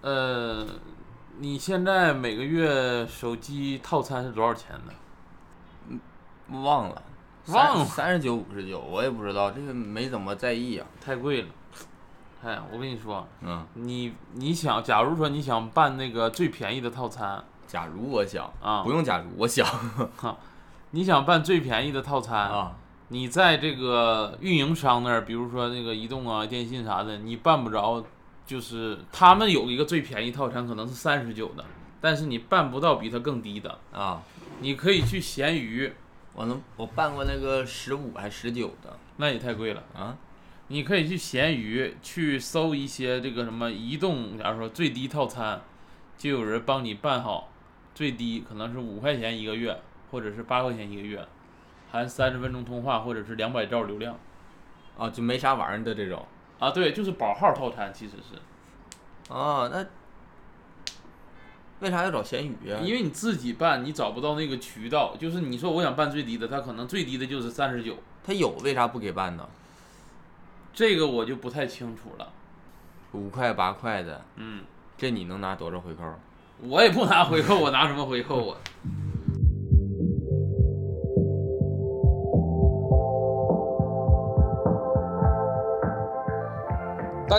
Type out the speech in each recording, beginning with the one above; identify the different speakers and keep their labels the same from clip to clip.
Speaker 1: 呃，你现在每个月手机套餐是多少钱呢？
Speaker 2: 忘了，
Speaker 1: 忘了
Speaker 2: 三十九五十九，我也不知道，这个没怎么在意啊。
Speaker 1: 太贵了。哎，我跟你说，
Speaker 2: 嗯，
Speaker 1: 你你想，假如说你想办那个最便宜的套餐，
Speaker 2: 假如我想
Speaker 1: 啊
Speaker 2: 不用假如我想
Speaker 1: 你想办最便宜的套餐，
Speaker 2: 啊，
Speaker 1: 你在这个运营商那儿，比如说那个移动啊、电信啥的，你办不着，就是他们有一个最便宜套餐，可能是三十九的，但是你办不到比它更低的。
Speaker 2: 啊，
Speaker 1: 你可以去闲鱼，
Speaker 2: 我能我办过那个十五还十九的
Speaker 1: 那也太贵了。
Speaker 2: 啊，
Speaker 1: 你可以去闲鱼去搜一些这个什么移动，假如说最低套餐，就有人帮你办好，最低可能是五块钱一个月，或者是八块钱一个月，含三十分钟通话或者是两百兆流量
Speaker 2: 啊，就没啥玩意儿的这种
Speaker 1: 啊。对，就是保号套餐，其实是
Speaker 2: 啊，那为啥要找咸鱼啊？
Speaker 1: 因为你自己办，你找不到那个渠道。就是你说我想办最低的，它可能最低的就是三十九，
Speaker 2: 他有为啥不给办呢？
Speaker 1: 这个我就不太清楚了。
Speaker 2: 五块八块的，
Speaker 1: 嗯，
Speaker 2: 这你能拿多少回扣？
Speaker 1: 我也不拿回扣，我拿什么回扣啊？大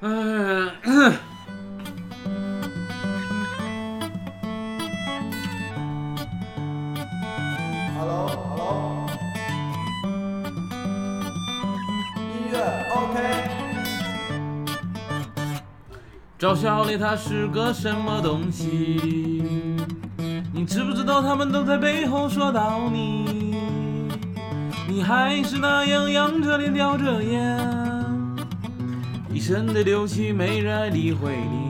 Speaker 1: 嗯，
Speaker 3: Hello Hello，音乐 OK，
Speaker 1: 嘲笑了他是个什么东西？你知不知道他们都在背后说到你？你还是那样仰着脸叼着烟，一身的流气，没人爱理会你。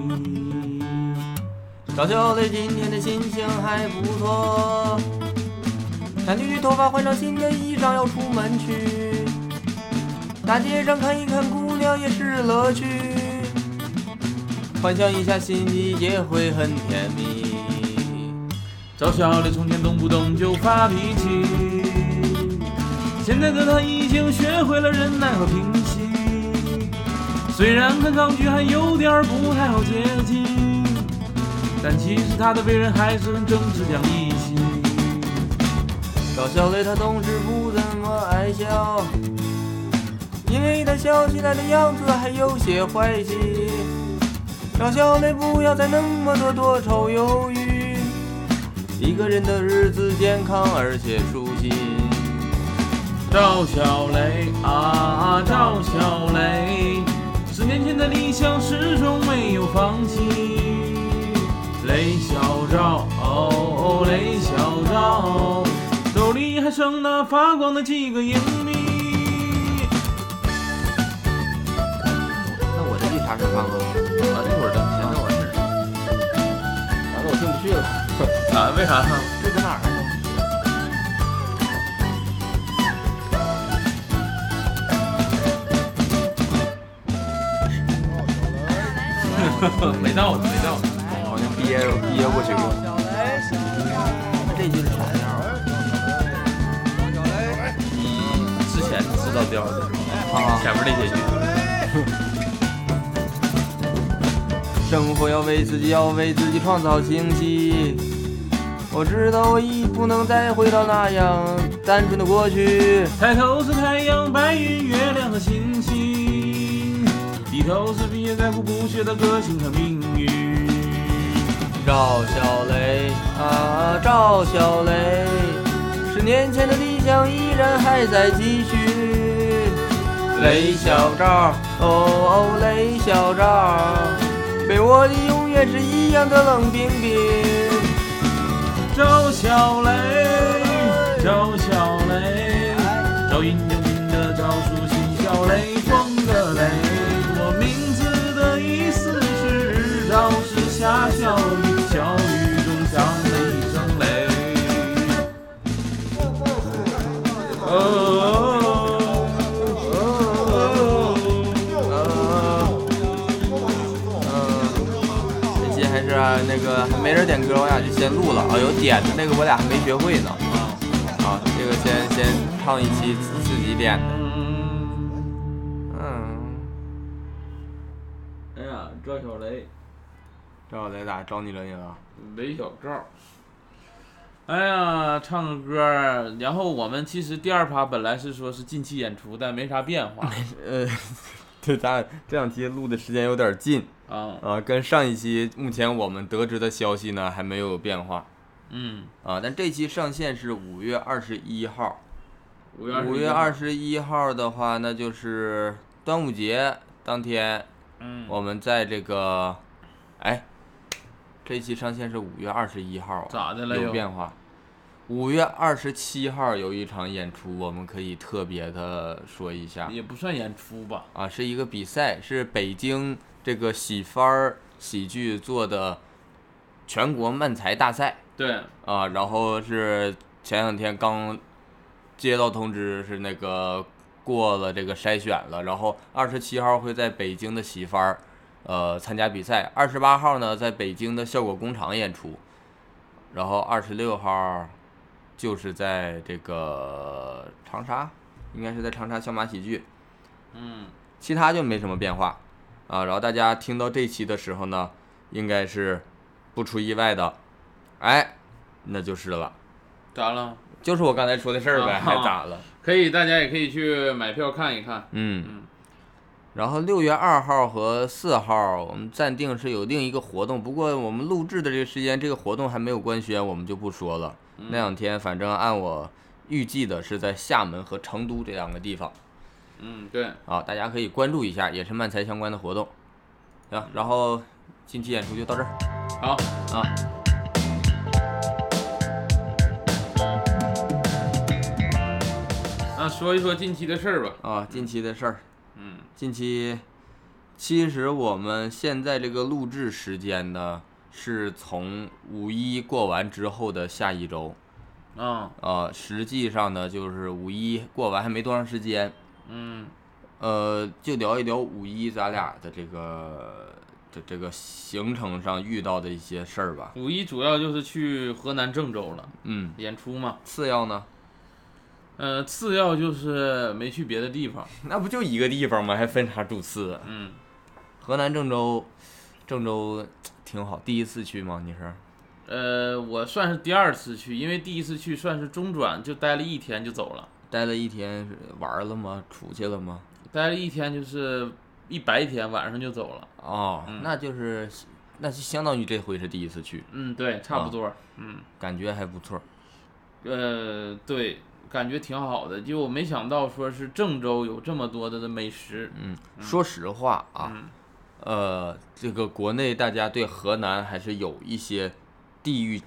Speaker 2: 小秀对今天的心情还不错，赶紧去头发换上新的衣裳，要出门去。大街上看一看姑娘也是乐趣，幻想一下心里也会很甜蜜。
Speaker 1: 嘲笑了从前动不动就发脾气，现在的他已经学会了忍耐和平息。虽然看上去还有点儿不太好接近，但其实他的为人还是很正直讲义气。
Speaker 2: 搞笑的他总是不怎么爱笑，因为他笑起来的样子还有些坏气。搞笑的不要再那么多多愁忧郁，一个人的日子健康而且舒心。
Speaker 1: 赵小雷啊，赵小雷，十年前的理想始终没有放弃。雷小赵，哦，雷小赵，兜里还剩那发光的几个硬币。
Speaker 2: 那我这绿茶是放了吗？
Speaker 1: 啊，这会儿的，前头完事儿。
Speaker 2: 完了，我进不去了，
Speaker 1: 啊，为啥呢？
Speaker 2: 这搁哪儿呢？
Speaker 1: 没到，没到。
Speaker 2: 好像憋憋过去了。这句
Speaker 1: 你之
Speaker 2: 是啥调啊？
Speaker 1: 前知道调的，
Speaker 2: 啊
Speaker 1: 前面那些句。
Speaker 2: 生活要为自己，要为自己创造惊喜。我知道我已不能再回到那样单纯的过去。
Speaker 1: 抬头是太阳、白云、月亮和星星，低头是毕业在乎不屑的个性和命运。
Speaker 2: 赵小雷啊，赵小雷，十年前的理想依然还在继续。雷小赵，哦哦，雷小赵，被我的永远是一样的冷冰冰。
Speaker 1: 赵小雷，赵小雷，赵云就云的的赵树新小雷，风的雷。我名字的意思是赵是下小雨，小雨中响了一声雷。哦哦
Speaker 2: 嗯嗯，这期还是啊那个还没人点歌，我俩就先录了啊。有点的那个我俩还没学会呢。啊，这个先先唱一期自自己点的。
Speaker 1: 嗯，
Speaker 2: 嗯，
Speaker 1: 哎呀，赵小雷，
Speaker 2: 赵雷咋找你了你了？
Speaker 1: 雷小赵。哎呀，唱个歌儿，然后我们其实第二趴本来是说是近期演出，但没啥变 化
Speaker 2: 呃，对，咱俩这两期录的时间有点近
Speaker 1: 啊。
Speaker 2: 啊，跟上一期目前我们得知的消息呢还没有变化
Speaker 1: 嗯，
Speaker 2: 啊。但这期上线是五月二十一号，
Speaker 1: 五
Speaker 2: 五月二，十一号的话，那就是端午节当天，
Speaker 1: 嗯，
Speaker 2: 我们在这个，哎，这期上线是五月二十一号啊，
Speaker 1: 咋的了
Speaker 2: 有
Speaker 1: 又？
Speaker 2: 变化。五月二十七号有一场演出，我们可以特别的说一下
Speaker 1: 也不算演出吧。
Speaker 2: 啊，是一个比赛，是北京这个喜番儿喜剧做的全国漫才大赛
Speaker 1: 对，
Speaker 2: 啊，然后是前两天刚接到通知，是那个过了这个筛选了，然后二十七号会在北京的喜番儿呃参加比赛，二十八号呢在北京的效果工厂演出，然后二十六号就是在这个长沙，应该是在长沙笑马喜剧，
Speaker 1: 嗯，
Speaker 2: 其他就没什么变化啊。然后大家听到这期的时候呢，应该是不出意外的，哎，那就是了，
Speaker 1: 咋了？
Speaker 2: 就是我刚才说的事儿呗，
Speaker 1: 啊
Speaker 2: 还咋了？
Speaker 1: 可以，大家也可以去买票看一看。
Speaker 2: 嗯
Speaker 1: 嗯。
Speaker 2: 然后六月二号和四号，我们暂定是有另一个活动，不过我们录制的这个时间，这个活动还没有官宣，我们就不说了。
Speaker 1: 嗯
Speaker 2: 那两天反正按我预计的是在厦门和成都这两个地方。
Speaker 1: 嗯，对，
Speaker 2: 啊，大家可以关注一下，也是漫才相关的活动。行，然后近期演出就到这儿
Speaker 1: 好，
Speaker 2: 啊。
Speaker 1: 那说一说近期的事儿吧。
Speaker 2: 啊，近期的事儿，
Speaker 1: 嗯
Speaker 2: 近期其实我们现在这个录制时间呢，是从五一过完之后的下一周。
Speaker 1: 啊，
Speaker 2: 呃，实际上呢，就是五一过完还没多长时间，
Speaker 1: 嗯
Speaker 2: 呃，就聊一聊五一咱俩的这个这这个行程上遇到的一些事儿吧。
Speaker 1: 五一主要就是去河南郑州了，
Speaker 2: 嗯，
Speaker 1: 演出嘛。
Speaker 2: 次要呢，
Speaker 1: 呃，次要就是没去别的地方。
Speaker 2: 那不就一个地方吗？还分啥主次？啊
Speaker 1: 嗯，
Speaker 2: 河南郑州，郑州挺好。第一次去吗？你是？
Speaker 1: 呃，我算是第二次去，因为第一次去算是中转，就待了一天就走了，
Speaker 2: 待了一天，玩了吗？出去了吗？
Speaker 1: 待了一天就是一白天，晚上就走了。
Speaker 2: 哦，
Speaker 1: 嗯
Speaker 2: 那就是，那就相当于这回是第一次去，
Speaker 1: 嗯，对，差
Speaker 2: 啊
Speaker 1: 不多。嗯。
Speaker 2: 感觉还不错。
Speaker 1: 呃，对，感觉挺好的，就我没想到说是郑州有这么多的美食。
Speaker 2: 嗯，说实话啊，
Speaker 1: 嗯
Speaker 2: 呃，这个国内大家对河南还是有一些地域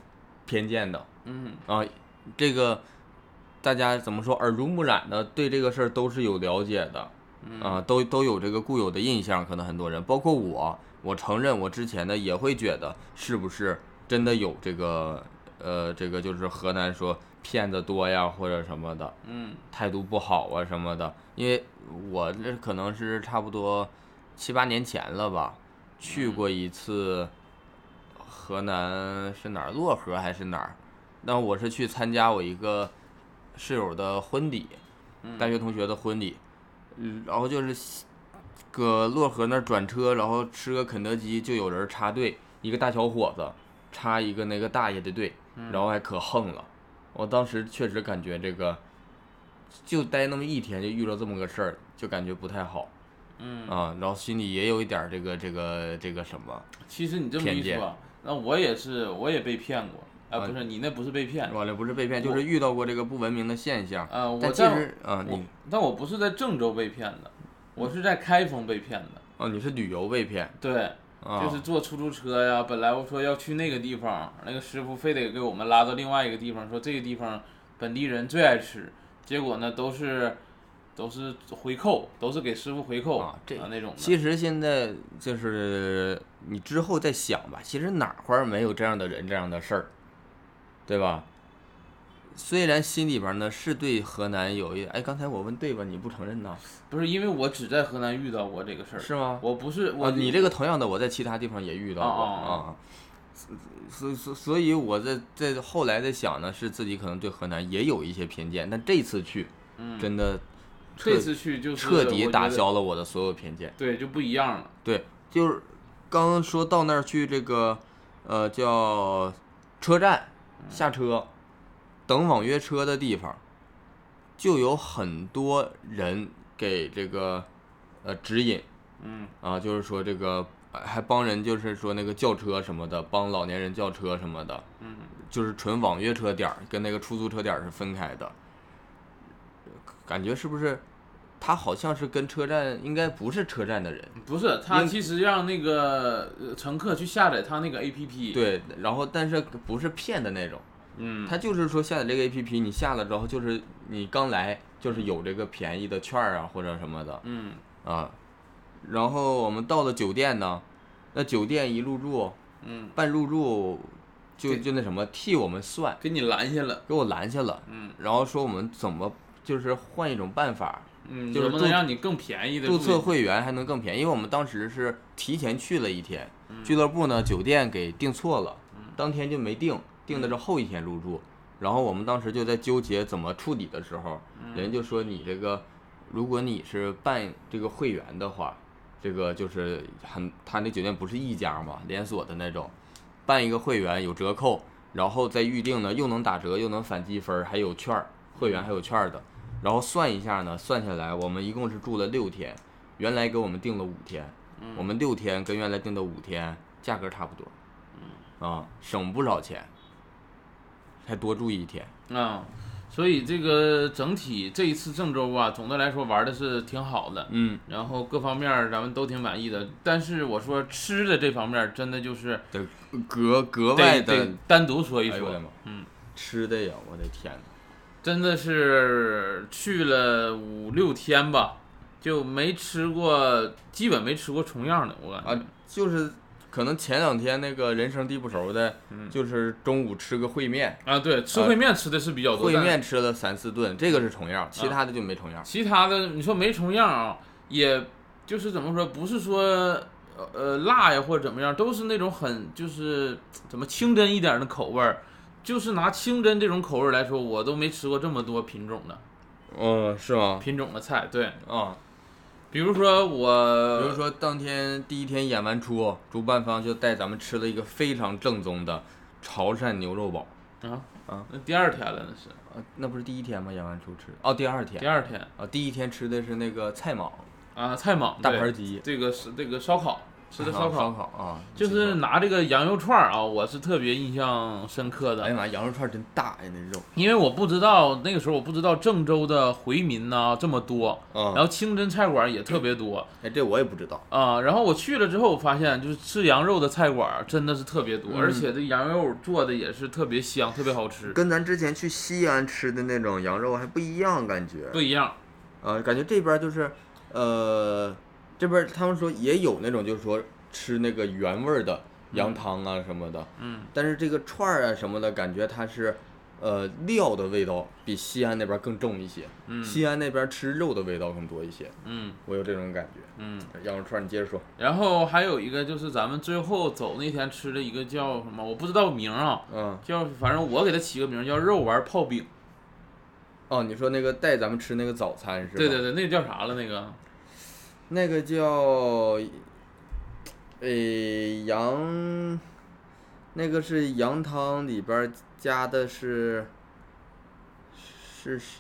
Speaker 2: 偏见的
Speaker 1: 嗯
Speaker 2: 啊。这个大家怎么说耳濡目染的，对这个事儿都是有了解的。
Speaker 1: 嗯
Speaker 2: 啊、都都有这个固有的印象，可能很多人，包括我，我承认我之前呢也会觉得是不是真的有这个呃，这个就是河南说骗子多呀或者什么的，
Speaker 1: 嗯
Speaker 2: 态度不好啊什么的，因为我这可能是差不多七八年前了吧，去过一次河南是哪儿漯河还是哪儿，那我是去参加我一个室友的婚礼，大学同学的婚礼，嗯然后就是西搁漯河那儿转车，然后吃个肯德基就有人插队，一个大小伙子插一个那个大爷的队，然后还可横了。我当时确实感觉这个，就待那么一天就遇到这么个事儿，就感觉不太好
Speaker 1: 嗯。
Speaker 2: 啊、然后心里也有一点儿这个这个这个什么，
Speaker 1: 其实你这么
Speaker 2: 偏
Speaker 1: 一
Speaker 2: 见
Speaker 1: 说，那我也是，我也被骗过。啊、
Speaker 2: 啊
Speaker 1: 不是你那不是被骗，
Speaker 2: 完了不是被骗，就是遇到过这个不文明的现象。
Speaker 1: 哎呃，我
Speaker 2: 但其
Speaker 1: 在
Speaker 2: 实啊、
Speaker 1: 我
Speaker 2: 你
Speaker 1: 但我不是在郑州被骗的，我是在开封被骗的。
Speaker 2: 哦，你是旅游被骗
Speaker 1: 对，
Speaker 2: 啊，
Speaker 1: 就是坐出租车呀，本来我说要去那个地方，那个师傅非得给我们拉到另外一个地方，说这个地方本地人最爱吃，结果呢都是都是回扣，都是给师傅回扣
Speaker 2: 啊这
Speaker 1: 那种的。
Speaker 2: 其实现在就是你之后再想吧，其实哪块儿没有这样的人这样的事儿，对吧？虽然心里边呢是对河南有一哎，刚才我问对吧？你不承认呐？
Speaker 1: 不是因为我只在河南遇到过这个事儿，
Speaker 2: 是吗？
Speaker 1: 我不是我、
Speaker 2: 啊，你这个同样的，我在其他地方也遇到过
Speaker 1: 哦哦
Speaker 2: 啊。所所所以，我在在后来在想呢，是自己可能对河南也有一些偏见，但这次去，
Speaker 1: 嗯
Speaker 2: 真的彻
Speaker 1: 这次去就是
Speaker 2: 彻底
Speaker 1: 我觉
Speaker 2: 打
Speaker 1: 得，
Speaker 2: 消了我的所有偏见。
Speaker 1: 对就不一样了。
Speaker 2: 对，就是刚刚说到那儿去，这个呃叫车站
Speaker 1: 嗯
Speaker 2: 下车等网约车的地方，就有很多人给这个呃指引
Speaker 1: 嗯
Speaker 2: 啊，就是说这个呃还帮人，就是说那个叫车什么的，帮老年人叫车什么的，
Speaker 1: 嗯，
Speaker 2: 就是纯网约车点儿跟那个出租车点儿是分开的，感觉是不是？他好像是跟车站应该不是车站的人，
Speaker 1: 不是他
Speaker 2: 应
Speaker 1: 其实让那个呃乘客去下载他那个 A P P。，
Speaker 2: 对，然后但是不是骗的那种，
Speaker 1: 嗯，
Speaker 2: 他就是说下载这个 A P P，你下了之后就是你刚来就是有这个便宜的券儿啊或者什么的
Speaker 1: 嗯
Speaker 2: 啊，然后我们到了酒店呢，那酒店一入住
Speaker 1: 嗯，
Speaker 2: 办入住就
Speaker 1: 对
Speaker 2: 就那什么替我们算，
Speaker 1: 给你拦下了。
Speaker 2: 给我拦下了，
Speaker 1: 嗯
Speaker 2: 然后说我们怎么就是换一种办法，
Speaker 1: 嗯，
Speaker 2: 就是
Speaker 1: 能不
Speaker 2: 注
Speaker 1: 能让你更便宜的
Speaker 2: 注册会员还能更便宜，因为我们当时是提前去了一天，俱乐部呢酒店给订错了，当天就没订，订的是后一天入住。然后我们当时就在纠结怎么处理的时候，人就说你这个，如果你是办这个会员的话，这个就是很他那酒店不是一家嘛，连锁的那种，办一个会员有折扣，然后再预定呢又能打折又能返积分儿，还有券儿，会员还有券儿的。然后算一下呢，算下来我们一共是住了六天，原来给我们定了五天，
Speaker 1: 嗯
Speaker 2: 我们六天跟原来定的五天价格差不多，啊，省不少钱，还多住一天，
Speaker 1: 啊、所以这个整体这一次郑州啊，总的来说玩的是挺好的，
Speaker 2: 嗯，
Speaker 1: 然后各方面儿咱们都挺满意的。但是我说吃的这方面儿，真的就是
Speaker 2: 得格格外
Speaker 1: 得
Speaker 2: 的
Speaker 1: 得，单独说一
Speaker 2: 哎呦我
Speaker 1: 说
Speaker 2: 的妈，
Speaker 1: 嗯，
Speaker 2: 吃的呀，我的天呐，
Speaker 1: 真的是去了五六天吧，就没吃过，基本没吃过重样的，我感觉。
Speaker 2: 啊，就是可能前两天那个人生地不熟的，
Speaker 1: 嗯
Speaker 2: 就是中午吃个烩面，
Speaker 1: 啊对，吃烩面吃的是比较多，
Speaker 2: 烩
Speaker 1: 但
Speaker 2: 面吃了三四顿，这个是重样，其他
Speaker 1: 嗯
Speaker 2: 的就没重样，
Speaker 1: 其他的你说没重样啊，也就是怎么说，不是说呃呃辣呀或者怎么样，都是那种很就是怎么清真一点的口味儿。就是拿清真这种口味儿来说，我都没吃过这么多品种的哦
Speaker 2: 嗯，是吗？
Speaker 1: 品种的菜。对，
Speaker 2: 啊。
Speaker 1: 比如说我，
Speaker 2: 比如说当天第一天演完出，主办方就带咱们吃了一个非常正宗的潮汕牛肉堡。
Speaker 1: 啊
Speaker 2: 啊，
Speaker 1: 那第二天了，那是
Speaker 2: 呃，那不是第一天吗？演完出吃哦，第二
Speaker 1: 第
Speaker 2: 天
Speaker 1: 二天
Speaker 2: 啊，第一天吃的是那个菜蟒
Speaker 1: 啊，菜蟒
Speaker 2: 大
Speaker 1: 对
Speaker 2: 盘鸡，
Speaker 1: 这个是这个烧烤吃的烧
Speaker 2: 烧
Speaker 1: 烤，
Speaker 2: 烤啊，
Speaker 1: 就是拿这个羊肉串儿啊，我是特别印象深刻的。
Speaker 2: 哎呀妈，羊肉串真大呀，那肉
Speaker 1: 因为我不知道那个时候我不知道郑州的回民呐、这么多，然
Speaker 2: 啊，
Speaker 1: 后清真菜馆也特别多
Speaker 2: 哎，这我也不知道，
Speaker 1: 啊、然后我去了之后，我发现就是吃羊肉的菜馆真的是特别多，
Speaker 2: 嗯
Speaker 1: 而且这羊肉做的也是特别香，特别好吃，
Speaker 2: 跟咱之前去西安吃的那种羊肉还不一样，感觉
Speaker 1: 不一样。
Speaker 2: 呃，感觉这边儿就是，呃，这边儿他们说也有那种就是说吃那个原味儿的羊汤啊什么的，
Speaker 1: 嗯，
Speaker 2: 但是这个串儿啊什么的，感觉它是，呃，料的味道比西安那边儿更重一些，
Speaker 1: 嗯
Speaker 2: 西安那边儿吃肉的味道更多一些，
Speaker 1: 嗯
Speaker 2: 我有这种感觉。
Speaker 1: 嗯。
Speaker 2: 羊肉串儿，你接着说，
Speaker 1: 然后还有一个就是咱们最后走那天吃的一个叫什么，我不知道名儿啊，
Speaker 2: 嗯，
Speaker 1: 叫反正我给它起个名儿叫肉丸泡饼。
Speaker 2: 哦，你说那个带咱们吃那个早餐是吧？
Speaker 1: 对对，对，那个叫啥了？那个
Speaker 2: 那个叫，诶，羊，那个是羊汤里边儿加的是，是是，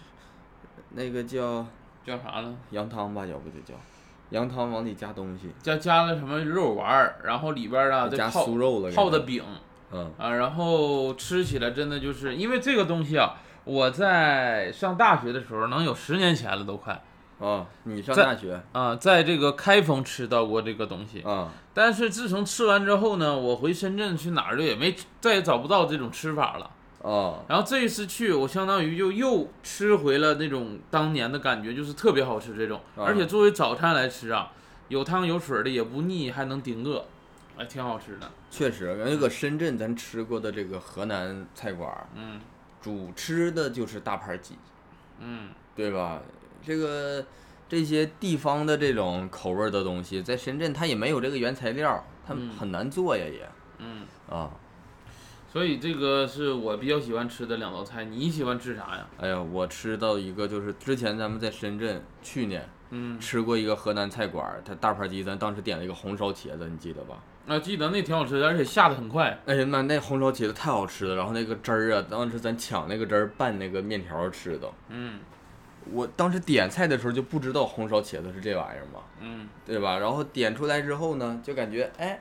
Speaker 2: 那个叫
Speaker 1: 叫啥了？
Speaker 2: 羊汤吧，要不就叫羊汤，往里加东西，
Speaker 1: 加加了什么肉丸儿，然后里边儿啊再
Speaker 2: 加
Speaker 1: 泡
Speaker 2: 酥肉了，
Speaker 1: 泡的，饼
Speaker 2: 嗯
Speaker 1: 啊，然后吃起来真的就是因为这个东西啊，我在上大学的时候，能有十年前了都快
Speaker 2: 啊，你上
Speaker 1: 在
Speaker 2: 大学
Speaker 1: 啊，在这个开封吃到过这个东西，
Speaker 2: 啊，
Speaker 1: 但是自从吃完之后呢，我回深圳去哪儿就也没再也找不到这种吃法了。
Speaker 2: 哦，
Speaker 1: 然后这一次去，我相当于就又吃回了那种当年的感觉，就是特别好吃这种，
Speaker 2: 啊
Speaker 1: 而且作为早餐来吃啊，有汤有水的也不腻，还能顶饿，哎，挺好吃的。
Speaker 2: 确实，人家搁深圳咱吃过的这个河南菜馆儿，
Speaker 1: 嗯
Speaker 2: 主吃的就是大盘鸡，
Speaker 1: 嗯，
Speaker 2: 对吧？这个这些地方的这种口味儿的东西，在深圳它也没有这个原材料，它
Speaker 1: 嗯
Speaker 2: 很难做呀也，
Speaker 1: 嗯，
Speaker 2: 啊，
Speaker 1: 所以这个是我比较喜欢吃的两道菜。你喜欢吃啥呀？
Speaker 2: 哎呀，我吃到一个就是之前咱们在深圳去年
Speaker 1: 嗯，
Speaker 2: 吃过一个河南菜馆儿，它大盘鸡，咱当时点了一个红烧茄子，你记得吧？
Speaker 1: 啊，记得那挺好吃的，而且下的很快。
Speaker 2: 哎呀妈，那红烧茄子太好吃了，然后那个汁儿啊，当时咱抢那个汁儿拌那个面条儿吃的。
Speaker 1: 嗯
Speaker 2: 我当时点菜的时候就不知道红烧茄子是这玩意儿嘛，
Speaker 1: 嗯，
Speaker 2: 对吧？然后点出来之后呢，就感觉哎，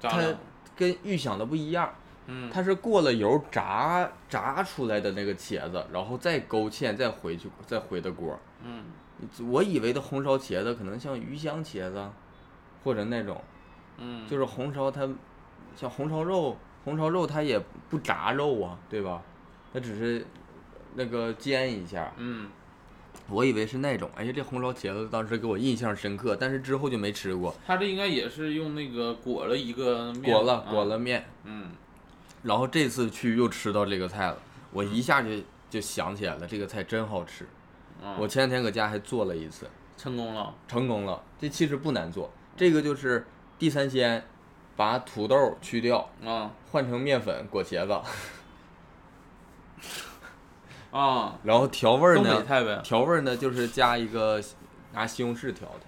Speaker 1: 咋了？
Speaker 2: 跟预想的不一样，
Speaker 1: 嗯，
Speaker 2: 它是过了油炸炸出来的那个茄子，然后再勾芡，再回去再回的锅。
Speaker 1: 嗯
Speaker 2: 我以为的红烧茄子可能像鱼香茄子，或者那种
Speaker 1: 嗯，
Speaker 2: 就是红烧它，像红烧肉，红烧肉它也不炸肉啊，对吧？它只是那个煎一下。
Speaker 1: 嗯
Speaker 2: 我以为是那种，哎呀，这红烧茄子当时给我印象深刻，但是之后就没吃过。
Speaker 1: 它这应该也是用那个裹了一个面
Speaker 2: 裹了
Speaker 1: 啊
Speaker 2: 裹了面，
Speaker 1: 嗯
Speaker 2: 然后这次去又吃到这个菜了，我一下就就想起来了，这个菜真好吃。
Speaker 1: 啊，
Speaker 2: 我前两天搁家还做了一次，
Speaker 1: 成功了。
Speaker 2: 成功了。这其实不难做，这个就是地三鲜，把土豆去掉，
Speaker 1: 啊
Speaker 2: 换成面粉裹茄子，
Speaker 1: 啊，
Speaker 2: 然后调味儿
Speaker 1: 东北
Speaker 2: 呢，
Speaker 1: 菜呗，
Speaker 2: 调味儿呢就是加一个拿西红柿调的。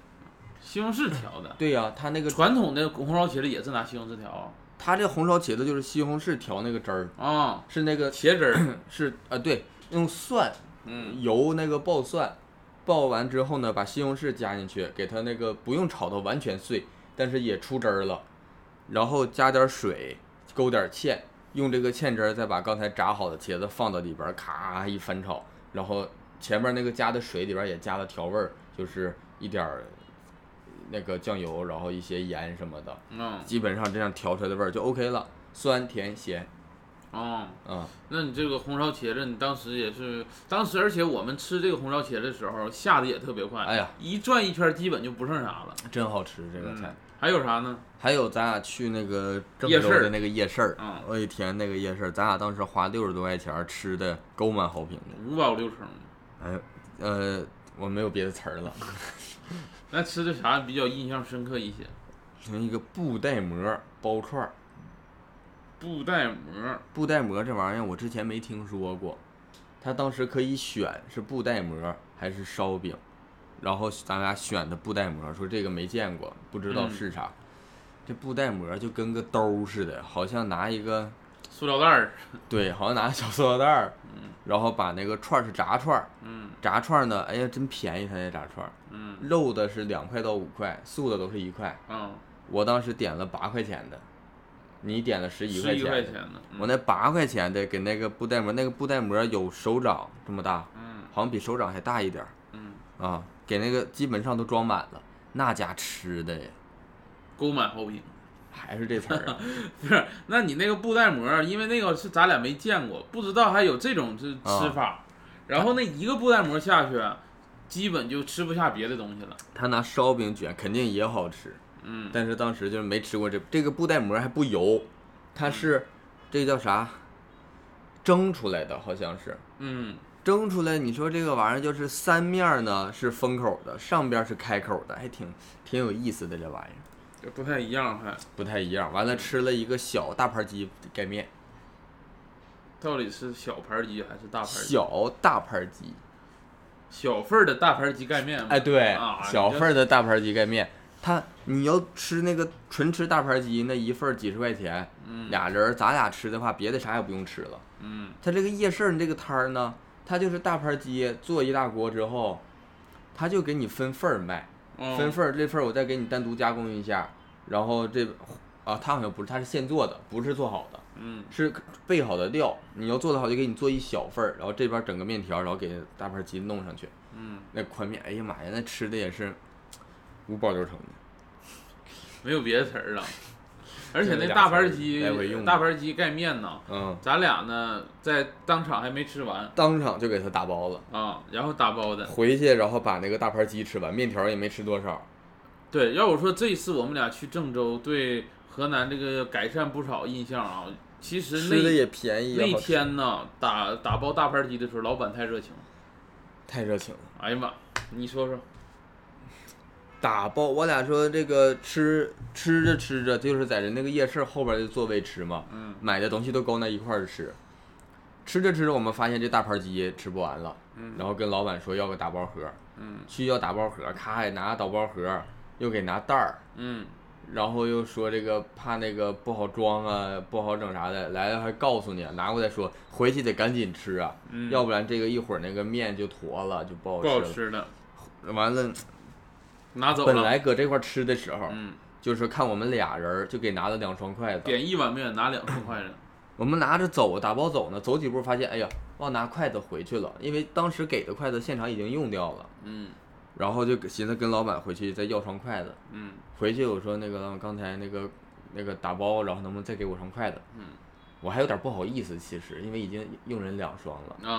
Speaker 1: 西红柿调的。
Speaker 2: 对呀、它那个
Speaker 1: 传统的红烧茄子也是拿西红柿啊调
Speaker 2: 它这红烧茄子就是西红柿调那个汁儿，
Speaker 1: 啊，
Speaker 2: 是那个
Speaker 1: 茄汁儿，
Speaker 2: 是啊对，用蒜
Speaker 1: 嗯
Speaker 2: 油那个爆蒜，爆完之后呢，把西红柿加进去，给它那个不用炒到完全碎，但是也出汁儿了，然后加点水，勾点芡，用这个芡汁儿再把刚才炸好的茄子放到里边儿，咔一翻炒，然后前面那个加的水里边儿也加了调味儿，就是一点儿那个酱油，然后一些盐什么的，
Speaker 1: 嗯
Speaker 2: 基本上这样调出来的味儿就 OK 了，酸甜咸
Speaker 1: 嗯，
Speaker 2: 啊、
Speaker 1: 那你这个红烧茄子，你当时也是，当时而且我们吃这个红烧茄子的时候下的也特别快，
Speaker 2: 哎呀，
Speaker 1: 一转一圈儿基本就不剩啥了。
Speaker 2: 真好吃这个菜。
Speaker 1: 嗯还有啥呢？
Speaker 2: 还有咱俩去那个郑
Speaker 1: 夜
Speaker 2: 州
Speaker 1: 市
Speaker 2: 的那个夜市儿
Speaker 1: 嗯，
Speaker 2: 我的天，那个夜市儿，咱俩当时花六十多块钱儿吃的，够满好评的。
Speaker 1: 五宝六成。
Speaker 2: 哎，呃，我没有别的词儿了，
Speaker 1: 那吃的啥比较印象深刻一些？
Speaker 2: 那一个布袋馍包串儿，
Speaker 1: 布袋馍，
Speaker 2: 布袋馍这玩意儿我之前没听说过，他当时可以选是布袋馍还是烧饼，然后咱俩选的布袋馍，说这个没见过，不知道
Speaker 1: 嗯
Speaker 2: 是啥。这布袋馍就跟个兜儿似的，好像拿一个
Speaker 1: 塑料袋儿，
Speaker 2: 对，好像拿小塑料袋儿，然后把那个串儿是炸串儿，
Speaker 1: 嗯
Speaker 2: 炸串儿呢，哎呀，真便宜，它那炸串儿，
Speaker 1: 嗯
Speaker 2: 肉的是两块到五块，素的都是一块。
Speaker 1: 嗯，
Speaker 2: 我当时点了八块钱的，你点了十一
Speaker 1: 十一
Speaker 2: 钱
Speaker 1: 块
Speaker 2: 的。
Speaker 1: 钱的，嗯
Speaker 2: 我那八块钱的给那个布袋馍，那个布袋馍有手掌这么大，
Speaker 1: 嗯
Speaker 2: 好像比手掌还大一点儿
Speaker 1: 嗯，
Speaker 2: 啊，给那个基本上都装满了。那家吃的呀，
Speaker 1: 购买好评。
Speaker 2: 还是这词儿啊
Speaker 1: 不是，那你那个布袋馍，因为那个是咱俩没见过，不知道还有这种是
Speaker 2: 啊
Speaker 1: 吃法。然后那一个布袋馍下去，啊基本就吃不下别的东西了。
Speaker 2: 他拿烧饼卷，肯定也好吃。
Speaker 1: 嗯
Speaker 2: 但是当时就是没吃过这这个布袋馍还不油，
Speaker 1: 嗯
Speaker 2: 它是这叫啥蒸出来的，好像是
Speaker 1: 嗯
Speaker 2: 蒸出来。你说这个玩意儿就是三面儿呢是封口的，上边儿是开口的，还挺挺有意思的这玩意儿，
Speaker 1: 这不太一样还，
Speaker 2: 不太一样。完了吃了一个小大盘鸡盖面，
Speaker 1: 到底是小盘鸡还是大盘鸡？
Speaker 2: 小大盘鸡，
Speaker 1: 小份儿的大盘鸡盖面吗
Speaker 2: 哎对
Speaker 1: 啊，
Speaker 2: 小份
Speaker 1: 你
Speaker 2: 儿的大盘鸡盖面。它你要吃那个纯吃大盘鸡，那一份儿几十块钱，
Speaker 1: 这嗯
Speaker 2: 俩人儿咱俩吃的话，别的啥也不用吃了。
Speaker 1: 嗯
Speaker 2: 它这个夜市儿这个摊儿呢，它就是大盘鸡做一大锅之后，它就给你分份儿卖，
Speaker 1: 嗯
Speaker 2: 分份儿这份儿我再给你单独加工一下，然后这啊，它好像不是，它是现做的，不是做好的，
Speaker 1: 嗯
Speaker 2: 是备好的料。你要做的好就给你做一小份儿，然后这边儿整个面条，然后给大盘鸡弄上去，
Speaker 1: 嗯，
Speaker 2: 那宽面，哎呀妈呀，那吃的也是五饱六成的。
Speaker 1: 没有别的词儿了。而且那
Speaker 2: 这俩
Speaker 1: 大盘
Speaker 2: 词儿
Speaker 1: 鸡
Speaker 2: 来回用，
Speaker 1: 大盘鸡盖面呢，
Speaker 2: 嗯，
Speaker 1: 咱俩呢在当场还没吃完
Speaker 2: 当场就给他打包了，
Speaker 1: 啊，然后打包的。
Speaker 2: 回去然后把那个大盘鸡吃完，面条也没吃多少，
Speaker 1: 对，要我说这一次我们俩去郑州，对河南这个改善不少印象啊。其实
Speaker 2: 吃的
Speaker 1: 那
Speaker 2: 也便宜，
Speaker 1: 那
Speaker 2: 好吃
Speaker 1: 天呢，打打包大盘鸡的时候，老板太热情了。
Speaker 2: 太热情了。
Speaker 1: 哎呀妈，你说说，
Speaker 2: 打包，我俩说这个吃吃着吃着，就是在人那个夜市后边的座位吃嘛，
Speaker 1: 嗯，
Speaker 2: 买的东西都搁那一块儿吃。吃着吃着，我们发现这大盘鸡吃不完了，
Speaker 1: 嗯
Speaker 2: 然后跟老板说要个打包盒，
Speaker 1: 嗯
Speaker 2: 去要打包盒，咔也拿打包盒，又给拿袋儿，
Speaker 1: 嗯，
Speaker 2: 然后又说这个怕那个不好装啊，不好整啥的，来了还告诉你，拿过来说回去得赶紧吃啊，
Speaker 1: 嗯
Speaker 2: 要不然这个一会儿那个面就坨了，就不好
Speaker 1: 不
Speaker 2: 吃
Speaker 1: 好
Speaker 2: 了。
Speaker 1: 吃的
Speaker 2: 完了，
Speaker 1: 拿走了。
Speaker 2: 本来搁这块儿吃的时候，
Speaker 1: 嗯，
Speaker 2: 就是看我们俩人儿就给拿了两双筷子，
Speaker 1: 点一碗面拿两十块的，
Speaker 2: 我们拿着走打包走呢，走几步发现，哎呀，忘拿筷子回去了，因为当时给的筷子现场已经用掉了，
Speaker 1: 嗯
Speaker 2: 然后就寻思跟老板回去再要双筷子。
Speaker 1: 嗯
Speaker 2: 回去我说那个老板刚才那个那个打包，然后能不能再给我双筷子？
Speaker 1: 嗯，
Speaker 2: 我还有点不好意思，其实因为已经用人两双了。
Speaker 1: 嗯，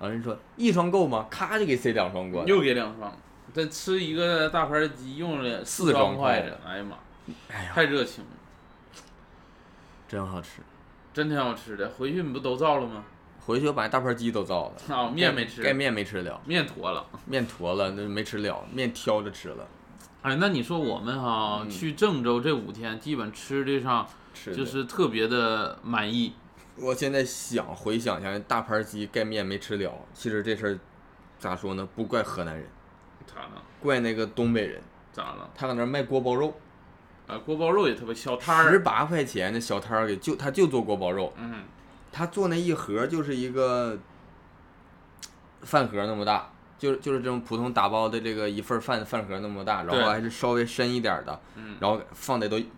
Speaker 2: 然后人说一双够吗？咔就给塞两双过来。
Speaker 1: 又给两双。这吃一个大盘鸡用了
Speaker 2: 四
Speaker 1: 双
Speaker 2: 双
Speaker 1: 筷子
Speaker 2: 筷子，
Speaker 1: 哎呀妈，
Speaker 2: 哎呀，
Speaker 1: 太热情了，
Speaker 2: 真好吃！
Speaker 1: 真挺好吃的。回去你不都造了吗？
Speaker 2: 回去我把大盘鸡都造了，
Speaker 1: 啊、面没吃，
Speaker 2: 盖面没吃了，
Speaker 1: 面坨了。
Speaker 2: 面坨了，那没吃了，面挑着吃了。
Speaker 1: 哎，那你说我们哈、
Speaker 2: 嗯
Speaker 1: 去郑州这五天，基本吃的上
Speaker 2: 吃的
Speaker 1: 就是特别的满意。
Speaker 2: 我现在想回想一下，大盘鸡盖面没吃了，其实这事儿咋说呢？不怪河南人，
Speaker 1: 咋了？
Speaker 2: 怪那个东北人，
Speaker 1: 咋了？
Speaker 2: 他搁那儿卖锅包肉，
Speaker 1: 啊，锅包肉也特别小摊
Speaker 2: 十
Speaker 1: 儿，
Speaker 2: 八块钱的小摊儿给就他就做锅包肉，
Speaker 1: 嗯
Speaker 2: 他做那一盒就是一个饭盒那么大，就是就是这种普通打包的这个一份儿饭饭盒那么大，然
Speaker 1: 对
Speaker 2: 后还是稍微深一点儿的，
Speaker 1: 嗯
Speaker 2: 然后放的都溢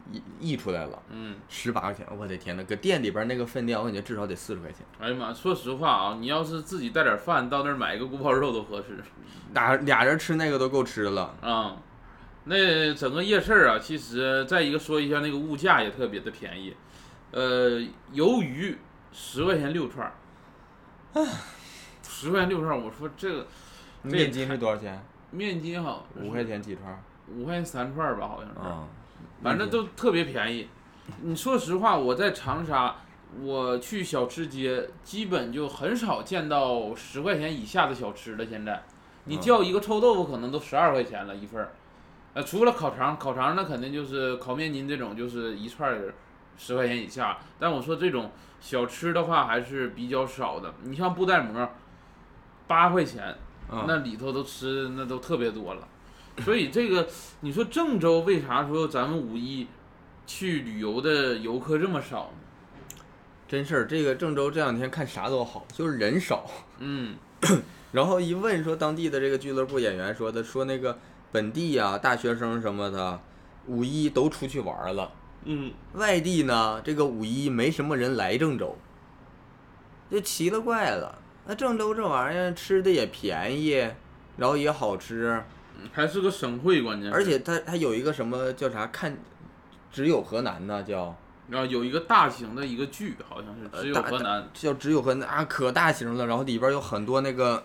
Speaker 2: 溢出来了，
Speaker 1: 嗯，
Speaker 2: 十八块钱，我的天呐，搁店里边那个分量，我感觉至少得四十块钱，
Speaker 1: 哎呀妈，说实话啊，你要是自己带点饭到那儿买一个锅包肉都合适
Speaker 2: 俩俩人吃那个都够吃了。
Speaker 1: 啊、那整个夜市儿啊，其实再一个说一下，那个物价也特别的便宜，呃，鱿鱼十块钱六串儿，十块钱六串儿，我说这个这
Speaker 2: 面筋是多少钱？
Speaker 1: 面筋好像是
Speaker 2: 五块钱几串儿？
Speaker 1: 五块钱三串儿吧，好像是，
Speaker 2: 啊，
Speaker 1: 反正都特别便宜。你说实话，我在长沙，我去小吃街，基本就很少见到十块钱以下的小吃了。现在，你
Speaker 2: 嗯
Speaker 1: 叫一个臭豆腐，可能都十二块钱了一份儿。呃，除了烤肠，烤肠那肯定就是烤面筋这种，就是一串儿十块钱以下。但我说这种小吃的话还是比较少的。你像布袋馍，八块钱，
Speaker 2: 嗯
Speaker 1: 那里头都吃那都特别多了。所以这个，你说郑州为啥说咱们五一去旅游的游客这么少呢？
Speaker 2: 真事儿，这个郑州这两天看啥都好，就是人少。
Speaker 1: 嗯
Speaker 2: 然后一问说当地的这个俱乐部演员说的，说那个本地呀、大学生什么的，五一都出去玩儿了，
Speaker 1: 嗯，
Speaker 2: 外地呢这个五一没什么人来郑州，就奇了怪了。那郑州这玩意儿吃的也便宜，然后也好吃，
Speaker 1: 还是个省会，关键是
Speaker 2: 而且它它有一个什么叫啥看，只有河南呢叫。
Speaker 1: 然后有一个大型的一个剧，好像是
Speaker 2: 呃
Speaker 1: 只有
Speaker 2: 大
Speaker 1: 河南。
Speaker 2: 叫只有和那啊可大型了，然后里边有很多那个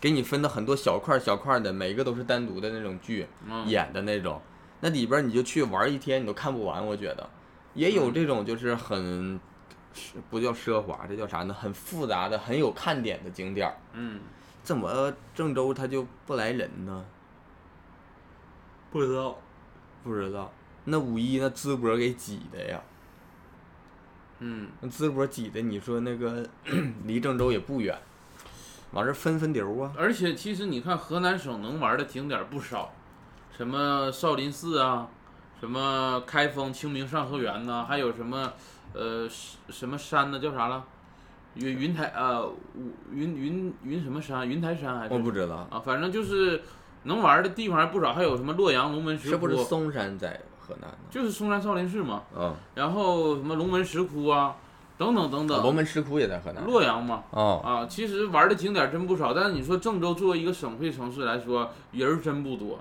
Speaker 2: 给你分的很多小块儿小块儿的，每个都是单独的那种剧、
Speaker 1: 嗯，
Speaker 2: 演的那种，那里边你就去玩一天你都看不完，我觉得也
Speaker 1: 嗯
Speaker 2: 有这种就是很是不叫奢华，这叫啥呢？很复杂的、很有看点的景点儿，
Speaker 1: 嗯，
Speaker 2: 怎么郑州它就不来人呢？
Speaker 1: 不知道。
Speaker 2: 不知道，那五一那淄博给挤的呀，
Speaker 1: 嗯，
Speaker 2: 那淄博挤的，你说那个 离郑州也不远，往这分分流啊。
Speaker 1: 而且其实你看，河南省能玩的景点不少，什么少林寺啊，什么开封、清明上河园呐、还有什么呃什什么山呢？叫啥了？云云台呃五云云云什么山？云台山还是？
Speaker 2: 我不知道，
Speaker 1: 啊，反正就是能玩的地方还不少，还有什么洛阳龙门石
Speaker 2: 是
Speaker 1: 窟
Speaker 2: 不，是嵩山在河南呢？
Speaker 1: 就是嵩山少林寺嘛，
Speaker 2: 嗯，
Speaker 1: 然后什么龙门石窟啊，等等等
Speaker 2: 龙
Speaker 1: 等，
Speaker 2: 门石窟也在河南。
Speaker 1: 洛阳嘛。
Speaker 2: 哦，
Speaker 1: 啊，其实玩的景点真不少，但是你说郑州作为一个省会城市来说，人儿真不多。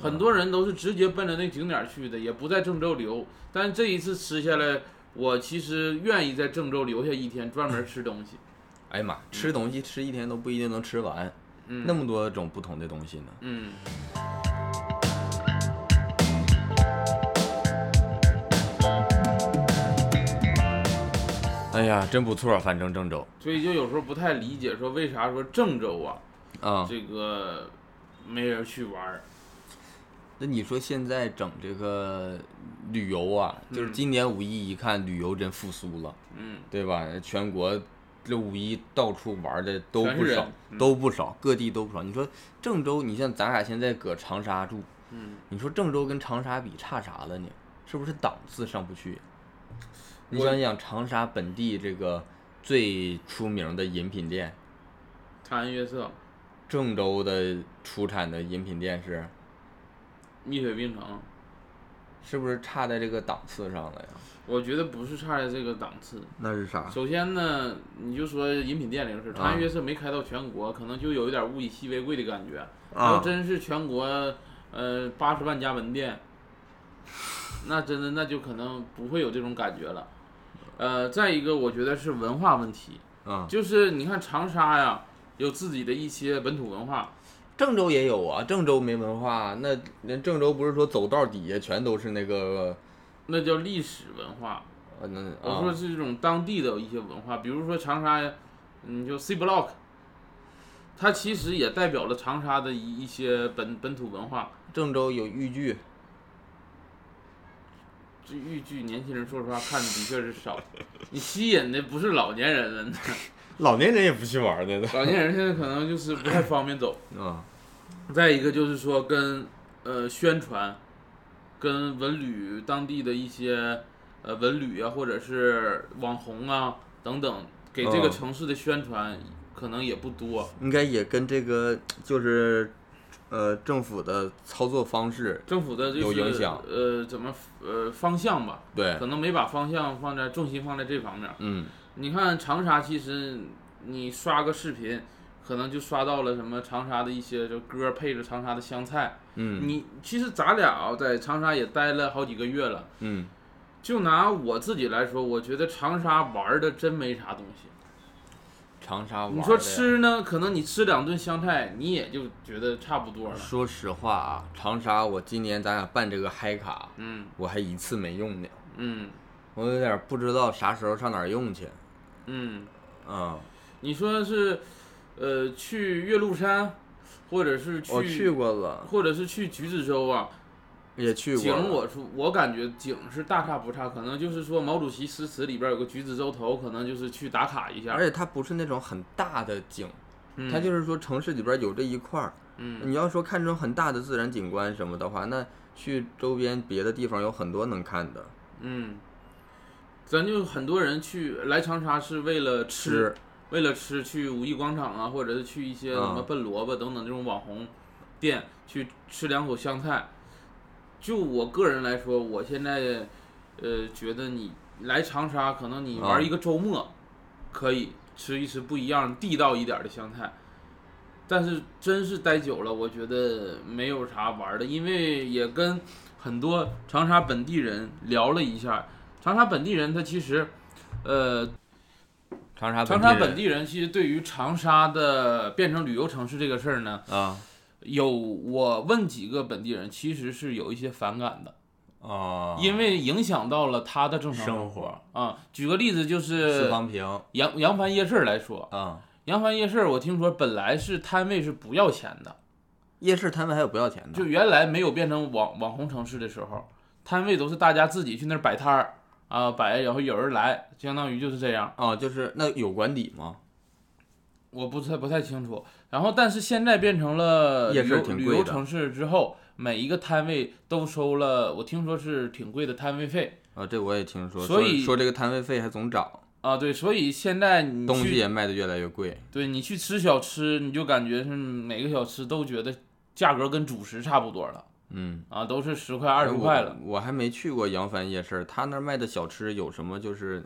Speaker 1: 很多人都是直接奔着那景点儿去的，也不在郑州留。但这一次吃下来，我其实愿意在郑州留下一天，专门吃东西。
Speaker 2: 哎呀妈，吃东西吃一天都不一定能吃完，
Speaker 1: 嗯，
Speaker 2: 那么多种不同的东西呢。
Speaker 1: 嗯，
Speaker 2: 哎呀，真不错，反正郑州
Speaker 1: 所以就有时候不太理解，说为啥说郑州啊，
Speaker 2: 啊。
Speaker 1: 这个没人去玩儿。
Speaker 2: 那你说现在整这个旅游啊，就是
Speaker 1: 嗯
Speaker 2: 今年五一一看旅游真复苏了，
Speaker 1: 嗯，
Speaker 2: 对吧？全国这五一到处玩的都
Speaker 1: 全
Speaker 2: 不
Speaker 1: 是
Speaker 2: 少
Speaker 1: 人，嗯
Speaker 2: 都不少，各地都不少。你说郑州，你像咱俩现在搁长沙住，
Speaker 1: 嗯，
Speaker 2: 你说郑州跟长沙比差啥了呢？是不是档次上不去？你
Speaker 1: 我
Speaker 2: 想想长沙本地这个最出名的饮品店，
Speaker 1: 泰安月色、
Speaker 2: 郑州的出产的饮品店是
Speaker 1: 蜜雪冰城，
Speaker 2: 是不是差在这个档次上了呀？
Speaker 1: 我觉得不是差在这个档次。
Speaker 2: 那是啥？
Speaker 1: 首先呢，你就说饮品店这个事儿，
Speaker 2: 啊
Speaker 1: 长安月色没开到全国，可能就有一点物以稀为贵的感觉。要
Speaker 2: 啊，
Speaker 1: 真是全国呃八十万家门店，那真的那就可能不会有这种感觉了。呃，再一个，我觉得是文化问题，
Speaker 2: 啊，
Speaker 1: 就是你看长沙呀，有自己的一些本土文化，
Speaker 2: 郑州也有啊，郑州没文化，那人郑州不是说走道底下全都是那个，
Speaker 1: 那叫历史文化。
Speaker 2: 呃，那
Speaker 1: 我说
Speaker 2: 啊，
Speaker 1: 是这种当地的一些文化，比如说长沙，嗯，就 C Block，它其实也代表了长沙的一一些本本土文化。
Speaker 2: 郑州有豫剧，
Speaker 1: 这豫剧年轻人说实话看的的确是少， 你吸引的不是老年人了，
Speaker 2: 老年人也不去玩的
Speaker 1: 老年人现在可能就是不太方便走。
Speaker 2: 都。啊，
Speaker 1: 再一个就是说跟呃宣传，跟文旅当地的一些呃文旅啊，或者是网红啊等等，给这个
Speaker 2: 嗯
Speaker 1: 城市的宣传可能也不多。
Speaker 2: 应该也跟这个就是，呃，政府的操作方式
Speaker 1: 政府的这
Speaker 2: 有
Speaker 1: 个
Speaker 2: 影响哎
Speaker 1: 呃，怎么呃方向吧，
Speaker 2: 对
Speaker 1: 可，能没把方向放在重心放在这方面。
Speaker 2: 嗯，
Speaker 1: 你看长沙，其实你刷个视频，可能就刷到了什么长沙的一些就歌配着长沙的湘菜。
Speaker 2: 嗯
Speaker 1: 你其实咱俩啊在长沙也待了好几个月了，
Speaker 2: 嗯，
Speaker 1: 就拿我自己来说，我觉得长沙玩儿的真没啥东西。
Speaker 2: 长沙玩儿
Speaker 1: 你说
Speaker 2: 的呀
Speaker 1: 吃呢，可能你吃两顿湘菜，你也就觉得差不多了。
Speaker 2: 说实话啊，长沙我今年咱俩办这个嗨卡，
Speaker 1: 嗯
Speaker 2: 我还一次没用呢，
Speaker 1: 嗯
Speaker 2: 我有点不知道啥时候上哪儿用去。
Speaker 1: 嗯，
Speaker 2: 嗯，
Speaker 1: 你说是，呃，去岳麓山，或者是去，
Speaker 2: 我去过了，
Speaker 1: 或者是去橘子洲啊，
Speaker 2: 也去过了。
Speaker 1: 景我说我感觉景是大差不差，可能就是说毛主席诗词里边有个橘子洲头，可能就是去打卡一下
Speaker 2: 而。且它不是那种很大的景，
Speaker 1: 嗯、
Speaker 2: 它就是说城市里边有这一块儿。
Speaker 1: 嗯
Speaker 2: 你要说看这种很大的自然景观什么的话，那去周边别的地方有很多能看的。
Speaker 1: 嗯，咱就很多人去来长沙是为了吃，
Speaker 2: 吃，
Speaker 1: 为了吃去五一广场啊，或者是去一些什么
Speaker 2: 啊
Speaker 1: 笨萝卜等等这种网红店去吃两口湘菜。就我个人来说，我现在呃觉得你来长沙，可能你
Speaker 2: 啊
Speaker 1: 玩一个周末，可以吃一吃不一样、地道一点的湘菜。但是真是待久了，我觉得没有啥玩的，因为也跟很多长沙本地人聊了一下，长沙本地人他其实，呃，
Speaker 2: 长沙
Speaker 1: 长沙
Speaker 2: 地
Speaker 1: 本
Speaker 2: 人
Speaker 1: 地人其实对于长沙的变成旅游城市这个事儿呢，
Speaker 2: 啊
Speaker 1: 有我问几个本地人，其实是有一些反感的，
Speaker 2: 啊，
Speaker 1: 因为影响到了他的正常
Speaker 2: 生
Speaker 1: 活
Speaker 2: 活
Speaker 1: 啊。举个例子，就
Speaker 2: 四
Speaker 1: 是
Speaker 2: 方坪
Speaker 1: 杨杨帆夜市来说，
Speaker 2: 啊，
Speaker 1: 杨帆夜市我听说本来是摊位是不要钱的，
Speaker 2: 夜市摊位还有不要钱的，
Speaker 1: 就原来没有变成网网红城市的时候，摊位都是大家自己去那儿摆摊儿啊摆，然后有人来，相当于就是这样。
Speaker 2: 啊，就是那有管理吗？
Speaker 1: 我不太不太清楚。然后，但是现在变成了
Speaker 2: 夜
Speaker 1: 旅
Speaker 2: 市
Speaker 1: 游
Speaker 2: 挺
Speaker 1: 旅
Speaker 2: 贵
Speaker 1: 游
Speaker 2: 的
Speaker 1: 城市之后，每一个摊位都收了，我听说是挺贵的摊位费
Speaker 2: 啊，这我也听说，
Speaker 1: 所以
Speaker 2: 说说这个摊位费还总涨，
Speaker 1: 啊。对，所以现在你
Speaker 2: 东西
Speaker 1: 去
Speaker 2: 也卖的越来越贵。
Speaker 1: 对你去吃小吃，你就感觉是每个小吃都觉得价格跟主食差不多了
Speaker 2: 嗯，
Speaker 1: 啊，都是十块二十块了。
Speaker 2: 哎我。我还没去过杨帆夜市，他那儿卖的小吃有什么就是